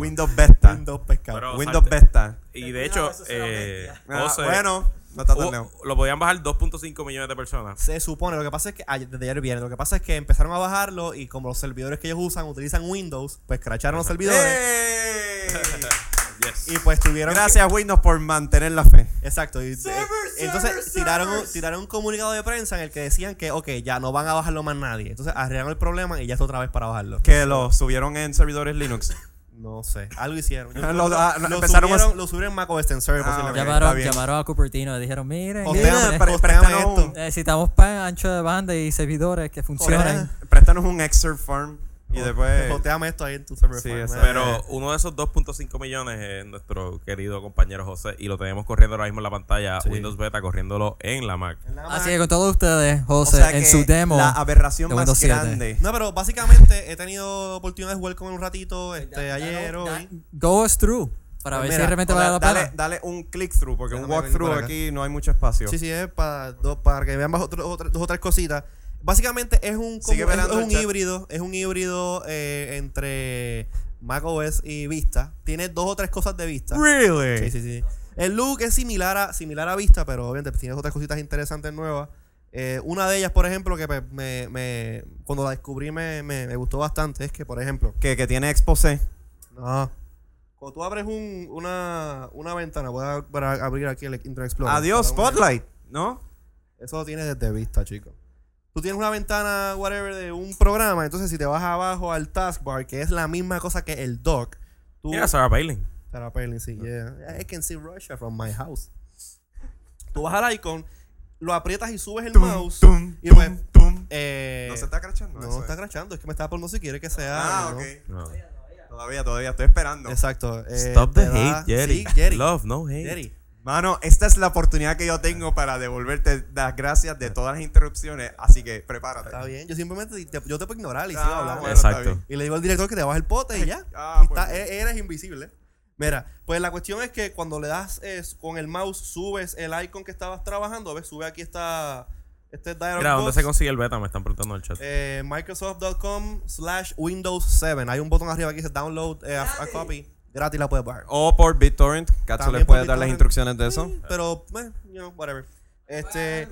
*laughs* Windows Vesta. Windows Pescado. Pero Windows salte. Vesta. Y de hecho, eh, Ah, José- bueno, no está Oh, tan lejos. Hubo- lo podían bajar 2.5 millones de personas. Se supone, lo que pasa es que ayer- desde ayer viernes, lo que pasa es que empezaron a bajarlo y como los servidores que ellos usan utilizan Windows, pues cracharon los servidores ¡Ey! Yes. y pues tuvieron que- ¡Eh! Gracias, Windows, por mantener la fe. Exacto. y- eh, entonces tiraron, un- tiraron un comunicado de prensa en el que decían que, ok, ya no van a bajarlo más nadie. Entonces arreglaron el problema y ya está otra vez para bajarlo. Que lo subieron en servidores Linux. No sé. Algo hicieron. *laughs* Yo- Lo- ah, lo, empezaron a- subieron, lo subieron en Mac OS X Server Ah, posiblemente. ok. llamaron, bien. llamaron a Cupertino y dijeron, miren, Hostia, miren, pre- Préstame préstame esto. esto. necesitamos pan ancho de banda y servidores que funcionen. Presta- Préstanos un Excerpt Farm y O- *laughs* después. Joteame esto ahí en tu server. Sí, farm. exacto. Eh. Pero uno de esos 2.5 millones es nuestro querido compañero José y lo tenemos corriendo ahora mismo en la pantalla, Sí. Uh. Windows Beta corriéndolo en la Mac. Nada más. Así que con todos ustedes, O José, sea en que su demo. La aberración de más Windows 7. grande. No, pero básicamente he tenido oportunidad de jugar con él un ratito, este, ayer, hoy. Go us through para Pues ver mira, si realmente o vale sea, la Dale, pena. dale un click-through, porque un Déjame walkthrough venir por acá. aquí no hay mucho espacio. Sí, sí, es para, dos- para que vean otro- otro- dos o tres cositas. Básicamente es un, como- Sigue es, velando es el un chat. híbrido, es un híbrido eh, entre macOS y Vista. Tiene dos o tres cosas de Vista. Really? Sí, sí, sí. El look es similar a, similar a Vista, pero obviamente pues, tiene otras cositas interesantes nuevas. Eh, una de ellas, por ejemplo, que pues, me, me- cuando la descubrí me, me- me gustó bastante, es que, por ejemplo, Que, que tiene exposé. no. cuando tú abres un- una, una ventana, voy a, para abrir aquí el Internet Explorer. Adiós, Para un- Spotlight. ¿No? eso lo tienes desde vista, chico. Tú tienes una ventana, whatever, de un programa. Entonces, si te vas abajo al taskbar, que es la misma cosa que el dock, tú. Mira, Sarah Palin. Sarah Palin, sí, yeah. I can see Russia from my house. Tú vas al icon, lo aprietas y subes el mouse. tum, y pues, tum, tum. eh, No se está crachando. No eso está es. crachando, es que me estaba por no si quiere que sea. Ah, ¿no? ok. No. Todavía, todavía, estoy esperando. Exacto. eh, Stop the te da- hate, Jerry. Sí, Jerry. Love, no hate. Jerry. Mano, esta es la oportunidad que yo tengo para devolverte las gracias de todas las interrupciones, así que prepárate. Está bien. Yo simplemente te- yo te puedo ignorar y Ah, sigo hablando. bueno, Exacto. está bien. Y le digo al director que te baje el pote y ya. Ah, Y pues está- bien. e- eres invisible. Mira, pues la cuestión es que cuando le das eh, con el mouse, subes el icon que estabas trabajando. Ves, sube aquí esta, este dialog Mira, ¿dónde box, se consigue el beta? Me están preguntando en el chat. eh, Microsoft.com slash Windows 7. Hay un botón arriba que dice download eh, a, a copy. Gratis la puedes bajar. O por BitTorrent. Cacho También les puede por dar las BitTorrent. instrucciones de eso. Pero, eh, you know, whatever. Este,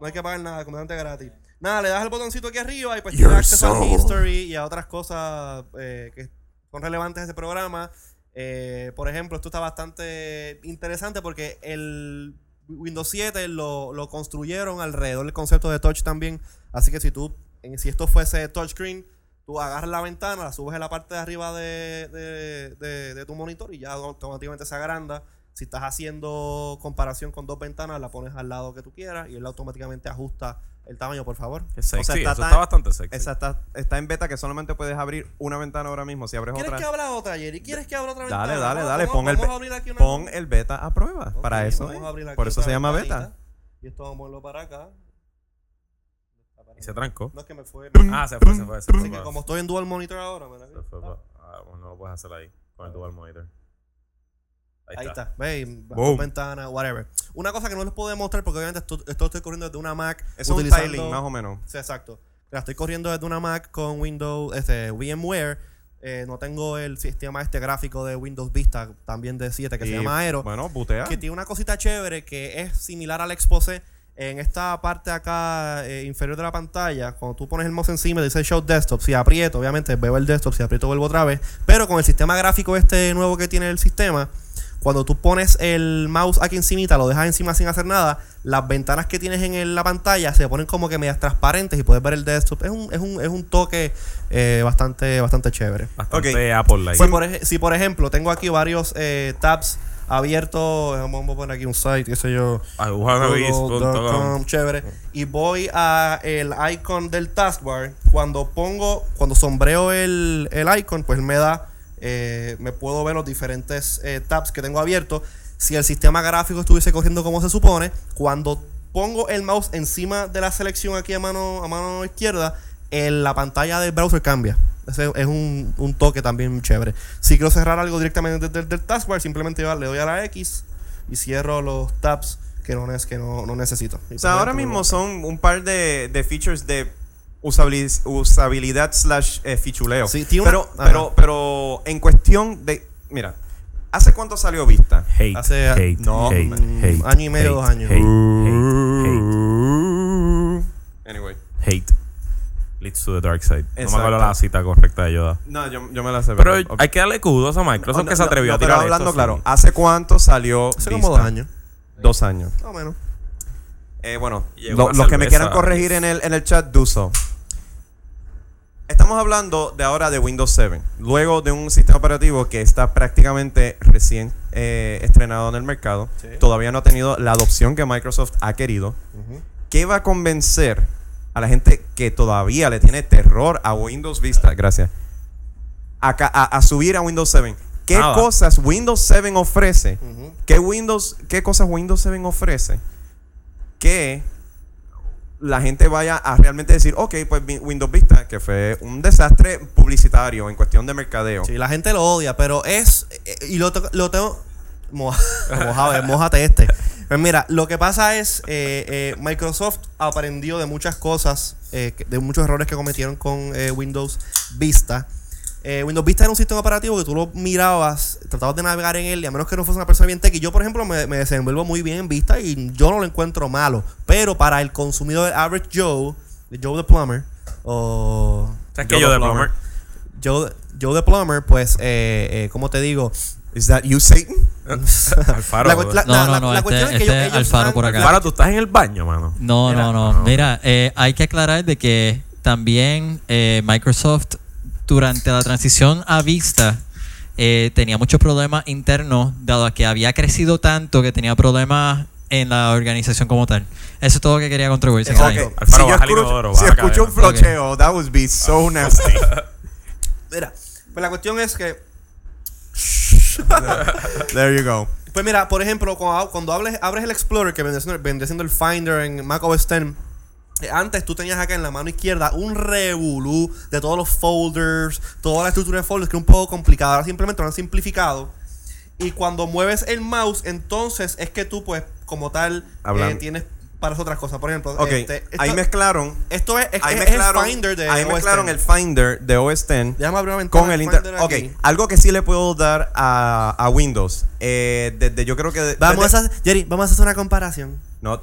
no hay que pagar nada, completamente gratis. Nada, le das el botoncito aquí arriba y pues tienes acceso a history y a otras cosas eh, que son relevantes a este programa. Eh, por ejemplo, esto está bastante interesante porque el Windows 7 lo, lo construyeron alrededor del concepto de touch también. Así que si tú, en- si esto fuese touchscreen, tú agarras la ventana, la subes a la parte de arriba de, de- de- de tu monitor y ya automáticamente se agranda. Si estás haciendo comparación con dos ventanas, la pones al lado que tú quieras y él automáticamente ajusta el tamaño, por favor. Qué sexy. está eso tan- está bastante sexy. Esa está, está en beta que solamente puedes abrir una ventana ahora mismo. Si abres ¿Quieres que otra, abra otra, Jerry? ¿Quieres que abra otra ventana? dale, dale, Vamos a- dale. vamos- Pon el, vamos be- a abrir aquí una- pon el beta a prueba. Ok, para eso. vamos a abrir ¿eh? aquí Por eso otra se llama ventanita. beta. Y esto vamos a moverlo para acá. Y se trancó. No es que me fue. Ah, se fue, se fue. Se fue. Así que como estoy en dual monitor ahora, mira. Se fue, se fue. Ah, bueno, no lo puedes hacer ahí con el dual monitor. Ahí está. Ve, y Boom. ventana, whatever. Una cosa que no les puedo demostrar porque obviamente esto, esto estoy corriendo desde una Mac. Es un tiling, más o menos. Sí, exacto. La estoy corriendo desde una Mac con Windows, este, VMware. Eh, no tengo el sistema este gráfico de Windows Vista, también de 7, que Y, se llama Aero. Bueno, butea. Que tiene una cosita chévere que es similar al Exposé. En esta parte acá eh, inferior de la pantalla, cuando tú pones el mouse encima, dice Show Desktop. Si aprieto, obviamente veo el desktop. Si aprieto, vuelvo otra vez. Pero con el sistema gráfico este nuevo que tiene el sistema, cuando tú pones el mouse aquí encimita, lo dejas encima sin hacer nada, las ventanas que tienes en el- la pantalla se ponen como que medias transparentes y puedes ver el desktop. Es un, es un, es un toque eh, bastante, bastante chévere. Bastante Ok. Apple-like. Si por, ej- si por ejemplo tenlo aquí varios eh, tabs abiertos, eh, vamos a poner aquí un site, qué sé yo, Agujanabis.com. google.com, chévere, y voy a el icon del taskbar, cuando pongo, cuando sombreo el, el icon, pues me da, eh, me puedo ver los diferentes eh, tabs que tengo abiertos. Si el sistema gráfico estuviese corriendo como se supone, cuando pongo el mouse encima de la selección aquí a mano, a mano izquierda, el- la pantalla del browser cambia. Ese es un, un toque también chévere. Si quiero cerrar algo directamente desde el taskbar, simplemente yo le doy a la X y cierro los tabs que no, nes- que no, no necesito. O sea, ahora mismo son un par de, de features de usabilis- usabilidad slash eh, fichuleo. Sí, tiene una- pero, ajá. pero, pero en cuestión de... Mira, ¿hace cuánto salió Vista? Hate. Hace, hate, no, hate, mm, hate, año y medio, hate, dos años. Hate, hate, Anyway. hate, hate. Leads to the dark side. No me Exacto. acuerdo la cita correcta de Yoda. No, yo, yo me la sé. Pero ok. hay que darle kudos a Microsoft No, que se no, atrevió no, a tirar Pero hablando esto, claro, sí. ¿hace cuánto salió hace como dos Vista? años. Dos años. Más o menos. Eh, bueno, Llegó lo- la los que me cerveza. quieran corregir en el, en el chat, do so. Estamos hablando de ahora de Windows 7, luego de un sistema operativo que está prácticamente recién eh, estrenado en el mercado. Sí. Todavía no ha tenido la adopción que Microsoft ha querido. ¿Qué va a convencer a la gente que todavía le tiene terror a Windows Vista? Gracias. A, ca- a- a subir a Windows 7. ¿Qué Nada. cosas Windows 7 ofrece? Ujú. ¿Qué, Windows, ¿Qué cosas Windows 7 ofrece? Que la gente vaya a realmente decir, ok, pues vi- Windows Vista, que fue un desastre publicitario en cuestión de mercadeo. Sí, la gente lo odia, pero es. eh, Y lo, to- lo tengo. Moja, *laughs* mojado, eh, mójate este. Pues mira, lo que pasa es. eh, eh, Microsoft aprendió de muchas cosas, eh, que- de muchos errores que cometieron con eh, Windows Vista. Eh, Windows Vista era un sistema operativo que tú lo mirabas, tratabas de navegar en él, y a menos que no fuese una persona bien tech. Y yo, por ejemplo, me, me desenvuelvo muy bien en Vista y yo no lo encuentro malo. Pero para el consumidor average Joe, Joe the Plumber, o. O sea, que yo de Plumber. Joe, Joe the Plumber, pues, eh, eh, ¿cómo te digo? ¿Es that you, Satan? Alfaro. La cu- la- No, no, no, este- cuestión es que este ellos- ellos Alfaro por han- acá. Alfaro, tú estás en el baño, mano. No, Mira, no, no. Mira, eh, hay que aclarar de que también eh, Microsoft durante la transición a Vista eh, tenía muchos problemas internos, dado a que había crecido tanto que tenía problemas en la organización como tal. Eso es todo lo que quería contribuir. sin Exacto. nadie. Ok, Alfaro, si yo baja el escucho, inodoro, si baja acá escucho un adelante. flocheo, that would be so nasty. Mira, pues la cuestión es que, There you go. pues mira, por ejemplo, cuando, cuando hables- abres el Explorer, que vendría siendo, vendría siendo el Finder en Mac OS X, eh, antes tú tenías acá en la mano izquierda un revolú de todos los folders, toda la estructura de folders, que era un poco complicada. Ahora simplemente lo han simplificado. Y cuando mueves el mouse, entonces es que tú, pues, como tal, eh, Hablando. tienes para hacer otras cosas. Por ejemplo, Ok, este, esto- ahí mezclaron, Esto es, es- ahí es mezclaron, el Finder de ahí OS mezclaron X. el Finder de OS X Déjame abrir una ventana con el Finder Internet. Ok, aquí. algo que sí le puedo dar a, a Windows. eh, desde yo creo que. de- Vamos desde- a hacer, Jerry, vamos a hacer una comparación. No,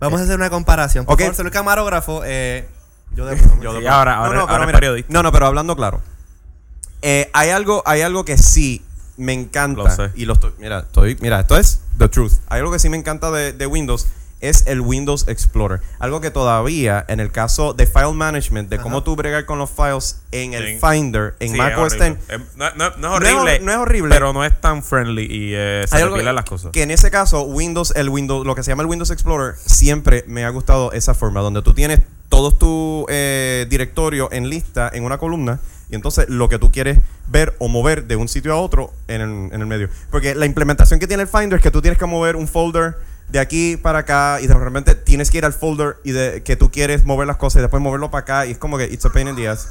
Vamos a hacer una comparación. Por Ok. favor, soy el camarógrafo. eh, yo de yo Sí, de- ahora- ahora- ahora es mira, periodista. No, no, pero hablando claro. Eh, hay, algo, hay algo que sí me encanta. Lo sé. Y lo estoy. Mira, estoy, mira, esto es The Truth. Hay algo que sí me encanta de, de Windows. Es el Windows Explorer. Algo que todavía, en el caso de file management, de cómo tú bregar con los files en el Sí. Finder, en Sí, Mac es OS horrible. X, Es- No, no- no es No es hor- horrible. no es horrible. Pero no es tan friendly y eh, se Hay algo repilan que- las cosas. Que en ese caso, Windows, el Windows, lo que se llama el Windows Explorer, siempre me ha gustado esa forma, donde tú tienes todos tus eh, directorios en lista, en una columna, y entonces lo que tú quieres ver o mover de un sitio a otro en el, en el medio. Porque la implementación que tiene el Finder es que tú tienes que mover un folder de aquí para acá y de repente tienes que ir al folder y de que tú quieres mover las cosas y después moverlo para acá y es como que it's a pain in the ass.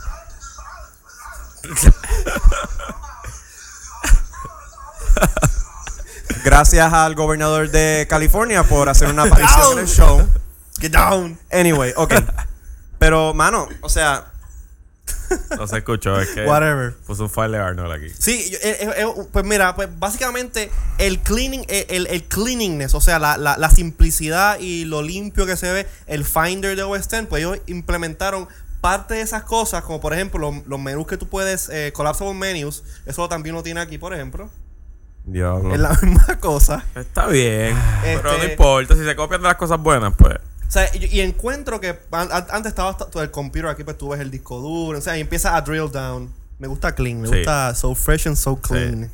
Gracias al gobernador de California por hacer una aparición en el show. Get down. Anyway, *laughs* ok. Pero, mano, o sea, No se escuchó, es que Whatever. puso un file de Arnold aquí. Sí, yo- eh, eh, eh, pues mira, pues básicamente el cleaning, eh, el, el cleaningness, o sea, la, la- la simplicidad y lo limpio que se ve, el Finder de OS X, pues ellos implementaron parte de esas cosas, como por ejemplo los, los menús que tú puedes, eh, collapsible menus, eso también lo tiene aquí, por ejemplo. diablo. Es la *laughs* misma cosa. Está bien, pero no Este- importa. Si se copian de las cosas buenas, pues. O sea, y, y encuentro que an- an- antes estaba hasta- todo el computer aquí, pues tú ves el disco duro, o sea, y empieza a drill down. Me gusta clean, me Sí. gusta so fresh and so clean.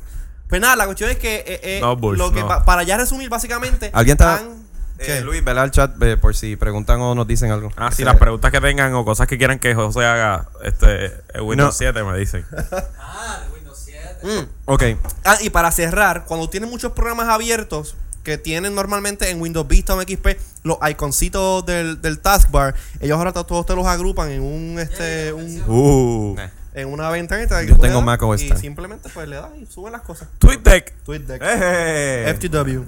Pues nada, la cuestión es que, eh, eh, No, Bulls, lo que no. pa- para ya resumir, básicamente, ¿Alguien está- han- Eh, ¿Qué? Luis, vela al chat eh, por si preguntan o nos dicen algo. Ah, si las preguntas que tengan o cosas que quieran que José haga, este, el Windows No. 7 me dicen. Ah, de Windows 7. Ok. Ah, y para cerrar, cuando tienen muchos programas abiertos que tienen normalmente en Windows Vista o en XP, los iconcitos del, del taskbar, ellos ahora to- todos te los agrupan en un Eh, este un- Uh. en una ventanita. que Yo tú le tengo das Mac OS Y X. simplemente pues le das y suben las cosas. TweetDeck. TweetDeck. Eh. Este, FTW.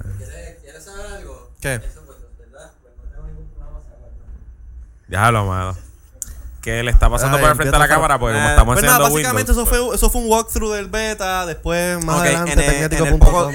¿Quieres saber algo? ¿Qué? Déjalo, amado. ¿Qué le está pasando Ay, por el frente a la empieza a- cámara? Porque como Eh, estamos Pues nada, enseñando básicamente Windows. eso, fue, eso fue un walkthrough del beta. Después, más Ok, adelante, en el- tecnético en el punto poco- com.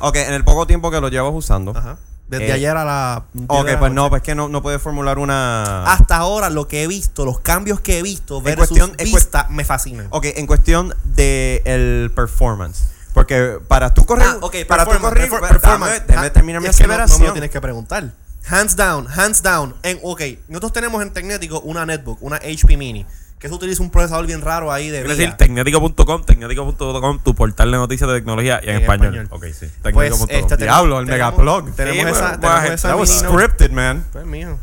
Ok, en el poco tiempo que lo llevas usando. Ajá. Desde Eh, ayer a la. Ok, de la pues noche. no, pues es que no, no puedes formular una. Hasta ahora, lo que he visto, los cambios que he visto, versus cuestión- en vista, me fascinan. Ok, en cuestión de el performance. Porque para tú correr. Ah, ok, para tú performance, correr. perfor- dame- performance. déjame Ah, terminar mi es que no- aseveración. No, me lo tienes que preguntar. Hands down, hands down. En, ok, nosotros tenemos en Tecnético una netbook, una HP Mini, que eso utiliza un procesador bien raro ahí de. Es vía. decir, tecnético.com, tecnético.com, tu portal de noticias de tecnología y en, En español. español. Ok, sí. Pues, Tecnético.com. este, tenemos- Diablo, el tenemos- megaplog. Tenemos Sí, pues, este esa. Tenemos bueno, bueno, esa. That was mini, ¿no? scripted, man. Pues mío.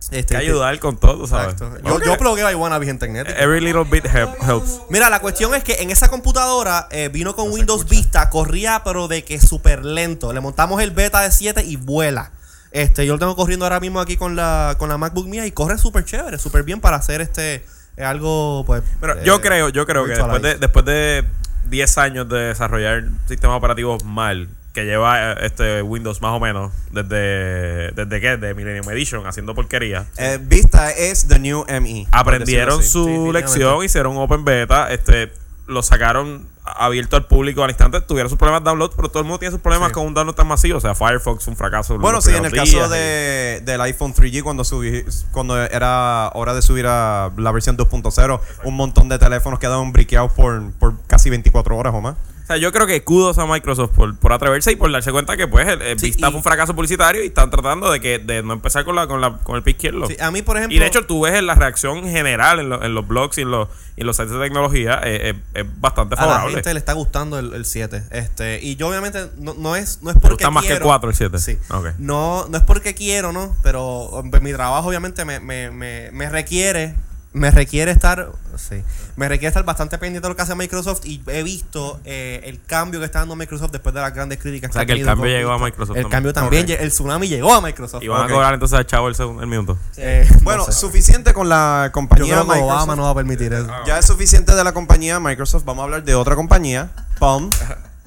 Este, Hay que este- ayudar con todo, ¿sabes? Exacto. Yo, yo plugueo a Iwana bien Tecnético. Every little bit help- helps. Mira, la cuestión es que en esa computadora eh, vino con Windows Vista, corría pero de que súper lento. Le montamos el beta de 7 y vuela. Este, yo lo tengo corriendo ahora mismo aquí con la, con la MacBook mía y corre súper chévere, súper bien para hacer este eh, algo, pues. Pero eh, yo creo, yo creo que después de, virtualized. después de 10 años de desarrollar sistemas operativos mal, que lleva eh, este Windows más o menos, desde, desde que, de Millennium Edition, haciendo porquería. Eh, Vista es the new E. ME. Ah, por Aprendieron decirlo su Sí, definitivamente. lección, hicieron open beta, este lo sacaron abierto al público al instante, tuvieron sus problemas de download, pero todo el mundo tiene sus problemas con un download tan masivo. O sea, Firefox fue un fracaso. Bueno, los sí, en el primeros caso días de, eh, del iPhone 3G, cuando, subí, cuando era hora de subir a la versión 2.0, un montón de teléfonos quedaron briqueados por, por casi 24 horas o más. y- o sea, yo creo que kudos a Microsoft por, por atreverse y por darse cuenta que pues el, el Sí, Vista y- fue un fracaso publicitario y están tratando de que de no empezar con la con la con el pie izquierdo. Sí, a mí, por ejemplo. Y de hecho, tú ves en la reacción general en, lo- en los blogs y en los, y en los sites de tecnología, eh, eh, es a bastante la favorable. gente le está gustando el, el 7. Este, y yo obviamente no, no es no es Te porque gusta más que quiero- el 4 el 7. Sí. No, no es porque quiero, ¿no? Pero hombre, mi trabajo obviamente me, me, me, me requiere. Me requiere estar. Sí. Me requiere estar bastante pendiente de lo que hace Microsoft. Y he visto eh, el cambio que está dando Microsoft después de las grandes críticas. O sea, ha que el tenido cambio con llegó a Vista. Microsoft El también. cambio también. lle- El tsunami llegó a Microsoft. Y van Ok. a cobrar entonces al chavo el, segundo, el minuto. Eh, Bueno, no sé. suficiente con la Yo compañía creo que Microsoft. Obama no va a permitir eso. Ya es suficiente de la compañía Microsoft. Vamos a hablar de otra compañía, Palm.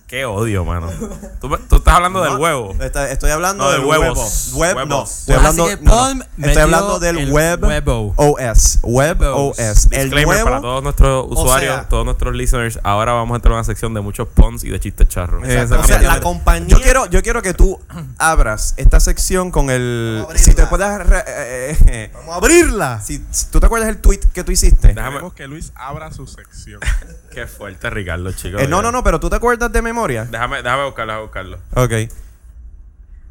Qué odio, mano. Tú, me- tú estás hablando del No, huevo. está- estoy hablando No, del de huevos. huevo. Web, no. Huevos. Estoy Ah, Pues, Así hablando, que no, no. Palm Estoy metió hablando del el web huevo. OS. Web Huevos. OS. El Disclaimer huevo. para todos nuestros usuarios, sea- todos nuestros listeners. Ahora vamos a entrar en una sección de muchos puns y de chistes charros. Exacto. O sea, la compañía. Yo quiero, yo quiero que tú abras esta sección con el. Vamos a abrirla. Si te puedes. re- eh, eh, *laughs* Vamos a abrirla. si, si tú te acuerdas el tweet que tú hiciste. Déjame. Queremos que Luis abra su sección. Este. *laughs* Qué fuerte, Ricardo, chicos. Eh, no, no, no, pero tú te acuerdas de memoria. Déjame, déjame buscarlo, déjame buscarlo. Ok.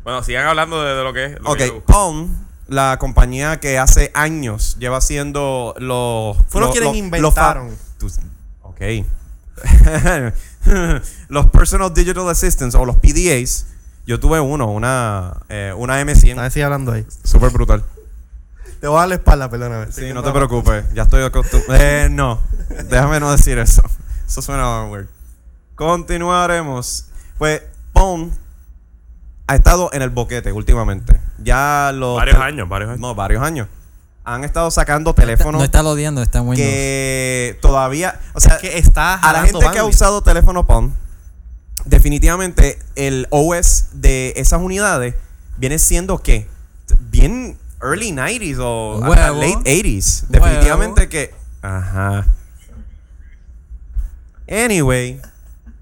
Bueno, sigan hablando de, de lo que es. lo Ok. que yo busco. Palm, la compañía que hace años lleva haciendo los. Fueron los- quienes los- inventaron. los fa- tus- ok. *laughs* los Personal Digital Assistants o los PDAs. Yo tuve uno, una, eh, una A M100. ver, sigue hablando ahí. Súper brutal. Te voy a dar la espalda, perdóname. Sí, no te preocupes, ya estoy acostumbrado. Eh, no, déjame no decir eso. *laughs* Eso suena weird. Continuaremos. Pues, Pon ha estado en el boquete últimamente. Ya los. Varios años, varios años. No, varios años. Han estado sacando teléfonos No está lo odiando, está en Windows. que todavía. O sea, que está a la jalando gente que ha bandwidth. usado teléfono Pon definitivamente el OS de esas unidades viene siendo que bien early 90s o hasta Huevo. late 80s. Huevo. Definitivamente que. Ajá. Anyway,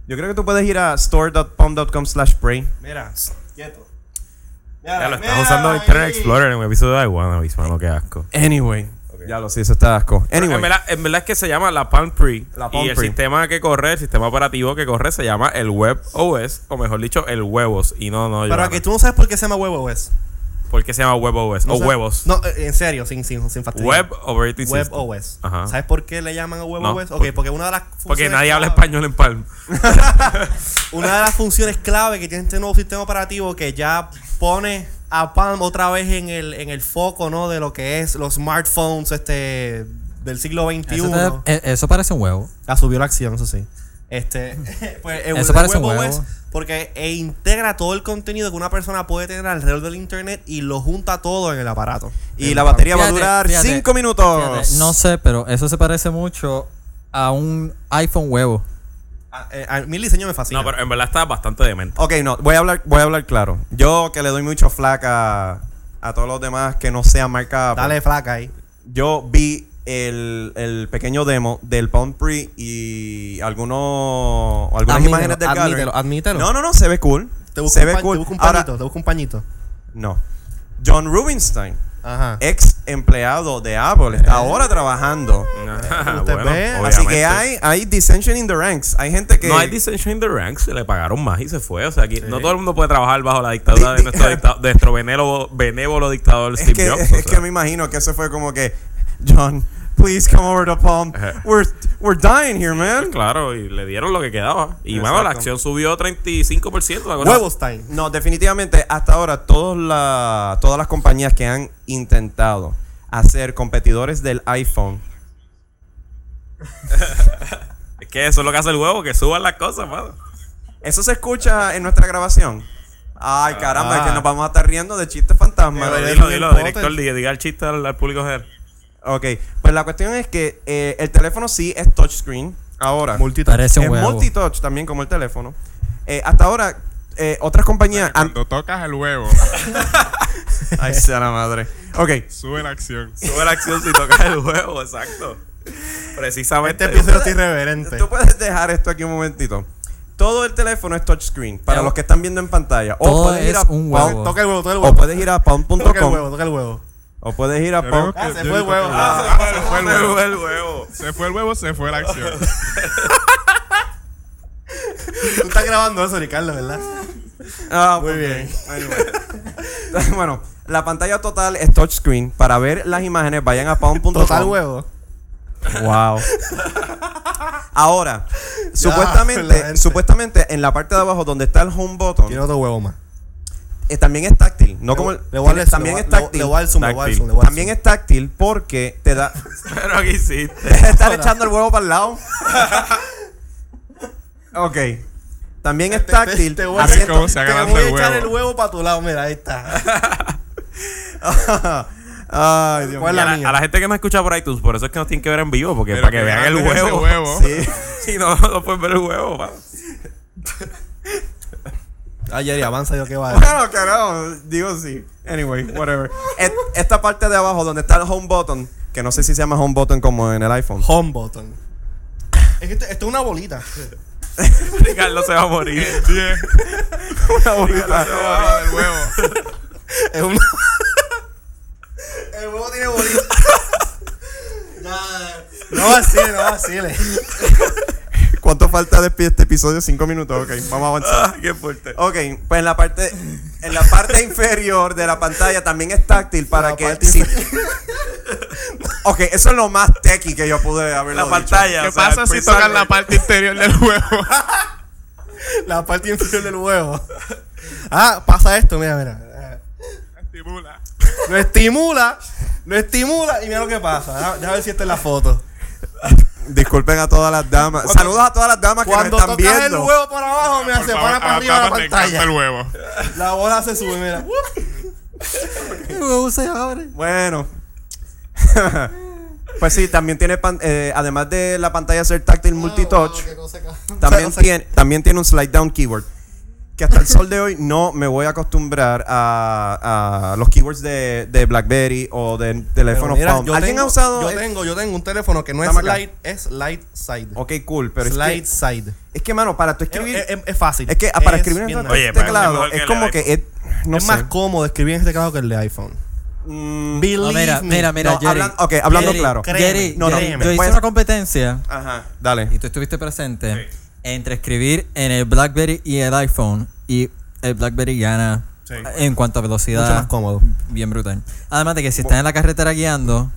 yo creo que tú puedes ir a store.pom.com slash pray. Mira, quieto. Ya lo estás usando Internet Explorer en un episodio de Wannabe, mano, qué asco. Anyway. Ya lo sé, eso está asco. En, Anyway. verdad, en verdad es que se llama la Palm Pre. La Palm y el Pre. sistema que corre, el sistema operativo que corre, se llama el Web OS, o mejor dicho, el Huevos. Y no, no, Pero Johanna. que tú no sabes por qué se llama Web OS. ¿Por qué se llama Web OS? No o sabes- Huevos. No, eh, en serio, sin, sin, sin fastidiar. Web Operating Web System. OS. Ajá. ¿Sabes por qué le llaman a Web No, OS? Ok, porque- porque una de las Porque funciones nadie habla clave- español en Palm. Una de las funciones clave que tiene este nuevo sistema operativo que ya pone a Palm otra vez en el, en el foco, ¿no? De lo que es los smartphones este del siglo XXI. Eso, te- eh, eso parece un huevo. Ah, subió la acción, eso sí. Este, *laughs* pues, el Eso parece web un OS, huevo. porque e integra todo el contenido que una persona puede tener alrededor del internet y lo junta todo en el aparato. Y la batería Fíjate, va a durar fíjate, 5 minutos. Fíjate, no sé, pero eso se parece mucho a un iPhone huevo. A, eh, a mí el diseño me fascina. No, pero en verdad está bastante demente. Ok, no, voy a hablar, voy a hablar claro. Yo que le doy mucho flaca a todos los demás que no sean marca Apple, Dale flaca ahí. Yo vi el, el pequeño demo del Palm Pre y algunos algunas Admítelo, imágenes del gallery. admítelo, admítelo. No, no, no, se ve cool. Te busco, un, se ve pa- cool. te busco un Ahora, pañito, te busco un pañito. no. John Rubinstein, Ajá. ex empleado de Apple, Eh. está ahora trabajando. Usted ve, Así que hay, hay dissension in the ranks. Hay gente que No hay dissension in the ranks, le pagaron más y se fue. O sea, aquí no todo el mundo puede trabajar bajo la dictadura *laughs* de nuestro, dicta- de nuestro benévolo- benévolo dictador Es *laughs* Steve que, Jobs. o es sea. que me imagino que eso fue como que, John, please come over to Palm. We're, we're dying here, man. pues, Claro, y le dieron lo que quedaba. Y bueno, Exacto. la acción subió 35%. la cosa- Huevos time. No, Este definitivamente hasta ahora todas la- todas las compañías que han intentado hacer competidores del iPhone. Es que eso es lo que hace el huevo, que suban las cosas, mano. Eso se escucha en nuestra grabación. Ay, caramba, es que nos vamos a estar riendo de chistes fantasmas. Pero dilo, Dilo, dilo, Potter. director, di- diga el chiste al, al público general. Ok, pues la cuestión es que eh, el teléfono sí es touchscreen ahora. Multitouch. Parece un es huevo. multitouch también como el teléfono. Eh, hasta ahora, eh, otras compañías han... Cuando tocas el huevo, Ay, sea la madre. Ok, sube la acción. Sube la acción si tocas el huevo, *laughs* exacto. Este Precisamente. Este episodio es irreverente. Tú puedes dejar esto aquí un momentito. Todo el teléfono es touchscreen para Ya. los que están viendo en pantalla. O Todo puedes ir es a un palm- huevo. Toca el huevo, toca el O huevo. puedes ir a Toca el palm.com huevo, toca el huevo. o puedes ir a palm. Creo que- se fue yo el digo huevo. que- Ah, Ah, se fue el Se huevo. fue *laughs* el huevo. Se fue el huevo, se fue la acción. Tú estás grabando eso, Ricardo, ¿verdad? Ah, Muy ok. bien. *laughs* bueno, la pantalla total es touchscreen. Para ver las imágenes, vayan a palm.com. Total huevo. Wow. Ahora, la gente. supuestamente, supuestamente en la parte de abajo donde está el home button, Quiero otro huevo más. eh, también es táctil. No como el- Le voy a darle zoom, también le es voy- le- táctil. Le voy a dar zoom, le voy a dar Táctil. zoom, le voy a dar También es táctil porque te da. *laughs* Pero aquí *laughs* hiciste. Deja de estar echando el huevo para el *laughs* lado. ok. También Este es táctil. te voy a- Asiento- ¿Cómo se Te agarran voy a el echar el huevo? huevo para tu lado, mira, ahí está. *laughs* Ay, Dios ¿Cuál Y la mío. a, la, mía. a la gente que nos escucha por iTunes, por eso es que nos tienen que ver en vivo, porque Pero para que, vean el grande es ese huevo. *laughs* Sí. Si no, no pueden ver el huevo, mano. *laughs* Ay, Jerry, avanza yo que *laughs* va a decir. *laughs* Bueno, carajo. Digo sí. Anyway, whatever. Et- Esta parte de abajo donde está el home button, que no sé si se llama home button como en el iPhone. Home button. Es que esto, esto es una bolita. Ricardo se va a morir. *laughs* Una bolita. Ah, el huevo. *laughs* Es una... el huevo tiene *laughs* bolita. Ya, no vacile, no vacile. ¿Cuánto falta de este episodio? Cinco minutos. Ok, vamos a avanzar. *laughs* Ah, Qué fuerte. Ok, pues en la parte en la parte inferior de la pantalla también es táctil para La que parte si- Ok, eso es lo más techy que yo pude haberlo La dicho. pantalla. ¿Qué o sea, pasa si pensar- tocas la parte interior del huevo? La parte inferior del huevo. Ah, pasa esto, mira, mira. Estimula. Lo estimula, lo estimula y mira lo que pasa. Deja- Deja ver si esta es la foto. Disculpen a todas las damas. Saludos a todas las damas que nos Cuando están tocas viendo. el huevo para abajo, mira, Por se favor, para para a arriba de la papas le encanta pantalla. el huevo. La bola se sube, mira. El huevo se abre. Bueno. *laughs* Pues sí, también tiene, pan- eh, además de la pantalla ser táctil multitouch, Wow, qué cosa, cabrón. también, O sea, o sea- tiene, también tiene un slide down keyboard. Que hasta el sol de hoy no me voy a acostumbrar a, a los keywords de, de BlackBerry o de teléfono mira, Palm. yo ¿Alguien tengo- ha usado? Yo el- tengo, yo tengo un teléfono que no es Dame acá. slide, es slide side. Ok, cool, pero es slide que, side. es que, mano, para tú Es, escribir. es- eh, es fácil. Es que ah, para escribir bien en nice. Oye, el pero teclado mejor que es el como iPhone. que es, no es sé. más cómodo escribir en este teclado que el de iPhone. Mm, Believe No, mira, me. mira, mira, No, Jerry. hablan- ok, hablando Jerry, claro. Créeme, Jerry, no, no, Jerry, créeme. yo hice Puedes- Ah. una competencia Ajá, dale. y tú estuviste presente entre escribir en el BlackBerry y el iPhone y el BlackBerry gana Sí. en cuanto a velocidad. Mucho más cómodo. Bien brutal. Además de que si estás en la carretera guiando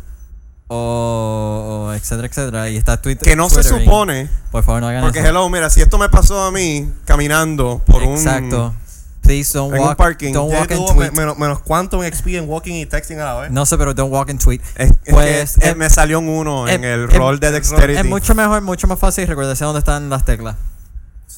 o, o etcétera, etcétera, y estás Twitter. Que no se twittering, supone. Por favor, no hagan Porque, eso. hello, mira, si esto me pasó a mí caminando por un. Exacto. Please don't en un walk. parking. Don't Jerry walk and tuvo me- tweet. menos, menos quantum XP en walking y texting a la vez. No sé, pero don't walk and tweet. Es- es que Pues, es- eh, me salió un uno en eh, el eh, rol de Es Dexterity. mucho mejor, mucho más fácil recordarse dónde están las teclas.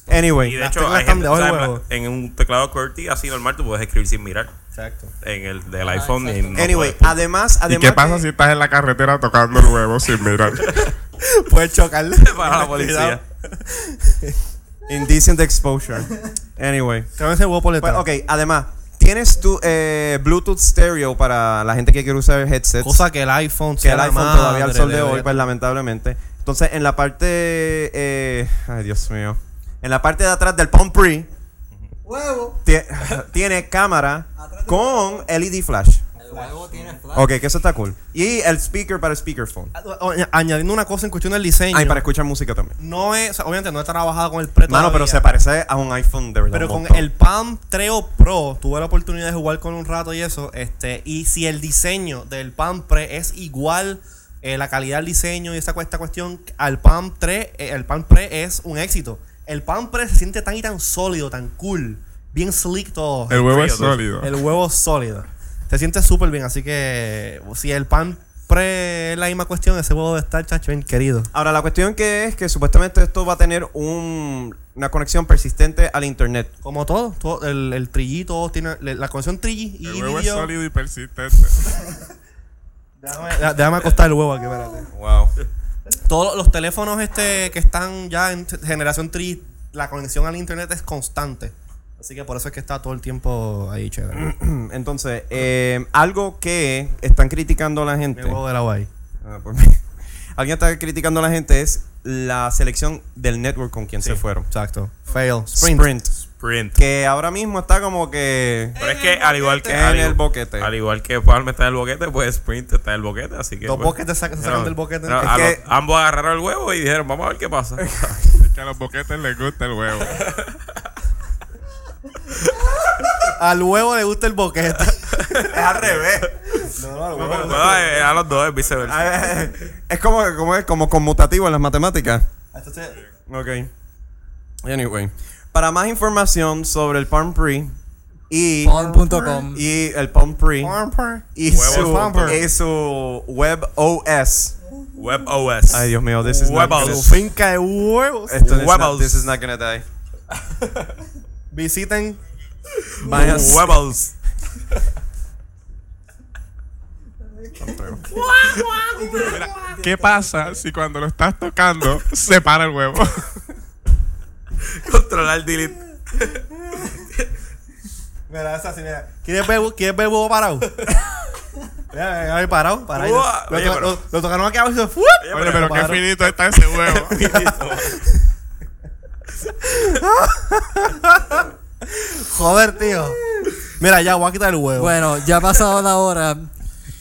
Anyway, Y de Las hecho, teclas hay están gente, de hoy, o sea, en huevo. la- en un teclado QWERTY así normal tú puedes escribir sin mirar. Exacto. En el del iPhone. y no anyway, puedes. además, ¿Y además. qué pasa de- si estás en la carretera tocando el huevo sin mirar? Puedes chocarle. *laughs* Para la policía. Indecent exposure. Anyway. Creo ese huevo por Pues, detrás. ok, además, tienes tu eh, Bluetooth stereo para la gente que quiere usar headsets. Cosa que el iPhone que sea el la iPhone madre, todavía al sol de debería- hoy, pues lamentablemente. Entonces, en la parte. eh, ay, Dios mío. En la parte de atrás del Palm Pre, Huevo. tie- *laughs* tiene cámara con LED flash. El huevo tiene flash. Ok, que eso está cool. Y el speaker para speakerphone. O- o- Añadiendo una cosa en cuestión del diseño. Ay, para escuchar música también. No es, o sea, obviamente no está trabajado con el preto. Mano, pero se parece a un iPhone de verdad. Pero un con montón. el Palm Treo Pro tuve la oportunidad de jugar con un rato y eso. Este, y si el diseño del Palm Pre es igual, eh, la calidad del diseño y esa cu- esta cuestión al Palm 3, el Palm Pre es un éxito. El Palm Pre se siente tan y tan sólido, tan cool, bien slick todo. *laughs* El huevo es sólido. El huevo sólido. Se siente súper bien, así que si el Palm Pre es la misma cuestión, ese huevo debe estar chacho bien querido. Ahora, la cuestión que es que supuestamente esto va a tener un- una conexión persistente al internet. *clears throat* Como todo, todo el, el trillito tiene le- la conexión trilli y El huevo es video. sólido y persistente. Déjame, da- déjame acostar el huevo aquí, espérate. Wow. Todos los teléfonos este que están ya en generación tri, la conexión al internet es constante. Así que por eso es que está todo el tiempo ahí, chévere. Entonces, eh, algo que están criticando la Mi gente. huevo de la guay. Ah, por mí. *laughs* Alguien está criticando a la gente es la selección del network con quien se fueron. Exacto. Fail. Sprint. Sprint. Print. Que ahora mismo está como que Pero es que al igual que. en al el igual- boquete. Al igual que Palm está en el boquete, pues Sprint está en el boquete, así que. Los pues, boquetes sacan- se sacan no, del boquete. no, Es a que- los- ambos agarraron el huevo y dijeron, vamos a ver qué pasa. Es que a los boquetes les gusta el huevo. Al huevo le gusta el boquete. es al revés. *laughs* *laughs* no, no, al huevo. le Bueno, gusta- eh, a los dos es viceversa. es como, como, es como conmutativo en las matemáticas. Entonces, Ok. Anyway. Para más información sobre el Palm Pre y, Porn.com. y el Palm Pre y Huevo su, Palm Pre. y su web OS. Web OS. Ay, Dios mío, this is not Huevos. gonna- su finca de huevos. Esto is not- Huevos. this is not gonna *laughs* die. Visiten. Vayan- Huevos. ¿Qué pasa si cuando lo estás tocando se para el huevo? *laughs* Controlar delete. Mira, esa sí, mira. ¿Quieres ver, ¿quieres ver huevo parado? *laughs* Mira, mira, ahí parado, parado. Uah, Lo, oye, to- pero- lo- lo tocaron aquí abajo y se fue. Oye, pero qué Para. finito está ese huevo. Joder, *laughs* tío. Mira, ya voy a quitar el huevo. Bueno, ya ha pasado la hora.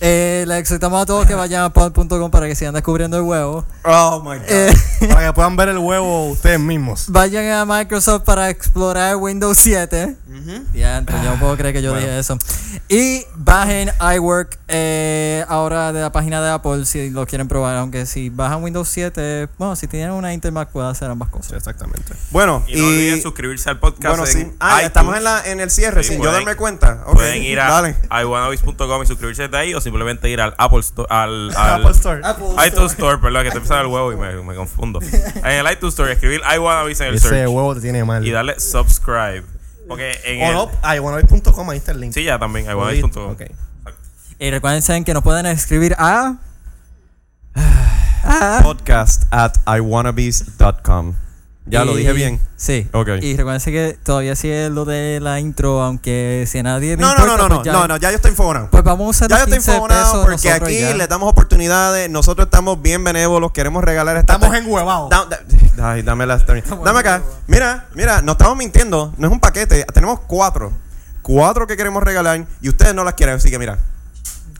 Eh, le exhortamos a todos que vayan a porn.com para que sigan descubriendo el huevo. Oh my god. Eh, Para que puedan ver el huevo ustedes mismos. vayan a Microsoft para explorar Windows 7. Ya, entonces, yo no puedo creer que yo dije eso. Y bajen iWork eh, ahora de la página de Apple si lo quieren probar. Aunque si bajan Windows 7, bueno, si tienen una Intel Mac pueden hacer ambas cosas. Exactamente. Bueno, Y no olviden suscribirse al podcast. Bueno, en sí. Ah, iTunes. estamos en, la, en el cierre, Sí, sin yo pueden- darme cuenta. Ok, Pueden ir a Dale. iwanobis.com y suscribirse de ahí o simplemente ir al Apple Store. *laughs* Al, al- Apple Store. iTunes Store, perdón, que te empezaba el huevo y me, me confundo. En el iTunes Store, escribir iwanobis en el Ese search huevo te tiene mal. y darle subscribe. Porque en O el. no, ahí wannabe.com, ahí está el link. Sí, ya también, iwanobis.com. Ok. Y recuerden que nos pueden escribir a Podcast at iwannabees.com. Ya lo Y- dije bien. Sí. Ok. Y recuerden que todavía sigue lo de la intro, aunque si a nadie le No, no, importa, no, no, pues no, ya- no, no, ya yo estoy enfogonado. Pues vamos a usar Ya yo los estoy 15 enfogonado pesos porque nosotros aquí ya. le damos oportunidades. Nosotros estamos bien benévolos, queremos regalar esta Estamos en huevado. Oh. Da- da- ay, dame las- dame- Dame acá. Mira, mira, nos estamos mintiendo. No es un paquete. Tenemos cuatro. Cuatro que queremos regalar y ustedes no las quieren. Así que mira,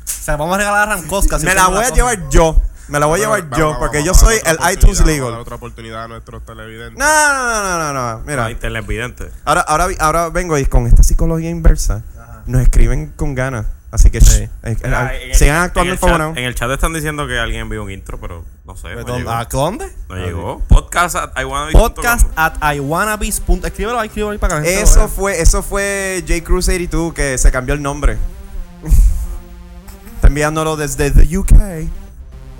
Se la vamos a regalar a Rancosca. si me usted la no voy a coge. llevar yo. Me la voy a llevar Vamos, yo vamos, porque vamos, yo vamos a soy dar el otra iTunes oportunidad, vamos a dar Legal. otra oportunidad a nuestros televidentes. No, no, no, no, no, no. Mira, Ahí está el evidente. ahora, ahora, vi- ahora vengo y con esta psicología inversa nos escriben con ganas. Así que shh, eh, eh, Mira, Ah, en el- sigan actuando en el, enfogonados. chat, en el chat están diciendo que alguien envió un intro, pero no sé. No Perdón, llegó. Pues, ¿A dónde? No llegó. Podcast at iwannabe.com. Podcast at iwannabees. punto- Escríbelo ahí, escríbelo ahí para que la gente lo Eso vea. fue, eso fue J. Cruz 82 que se cambió el *laughs* nombre. Está enviándolo desde the UK.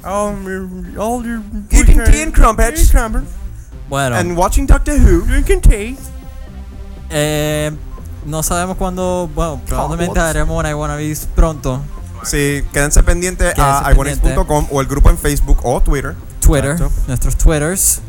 Oh, mi- oh, your- Eating tea and crumpets Bueno, and watching Doctor Who. Drinking tea. eh, no sabemos cuándo. Bueno, probablemente Hogwarts. haremos una Iwanavis pronto. Sí, quédense pendientes a Quédense pendientes. iwanix.com o el grupo en Facebook o Twitter. Twitter, Exacto. nuestros Twitters,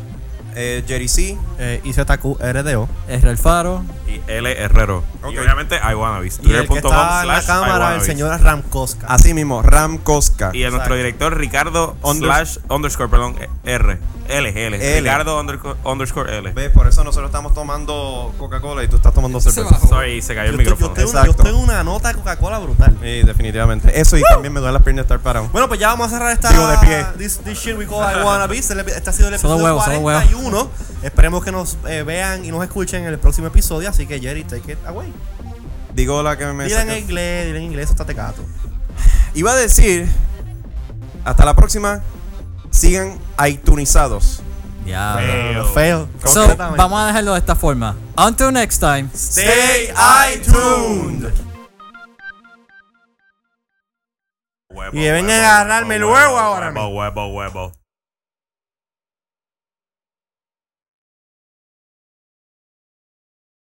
Eh, Jerry C. Eh, IZQ RDO. Israel Faro. Y L Herrero. Ok. Y obviamente iwannabe. Y el que está en la slash cámara, el iwannabe. señor Ramkoska. Así mismo, Ram Koska. Y a nuestro director Ricardo Under- slash underscore, perdón, R. L, L. L. Ricardo underco- underscore L. ¿Ves? Por eso nosotros estamos tomando Coca-Cola y tú estás tomando Se cerveza. bajó. Sorry, se cayó el micrófono. tengo, Exacto. yo tengo una nota de Coca-Cola brutal. Sí, definitivamente. Eso y también me duele las piernas de estar parado. Bueno, pues ya vamos a cerrar esta. Digo, de pie. This, this shit we call I wanna be. Este le- este ha sido el Solo episodio huevo, solo huevo. 41. Esperemos que nos eh, vean y nos escuchen en el próximo episodio. Así que, Jerry, take it away. Digo la que me Dile en saca- inglés, dile en inglés, eso está tecato. Iba a decir, hasta la próxima, sigan itunizados. Ya. Feo. So, vamos a dejarlo de esta forma. Until next time. Stay iTuned. Y vengan a agarrarme el huevo ahora Huevo, huevo, huevo.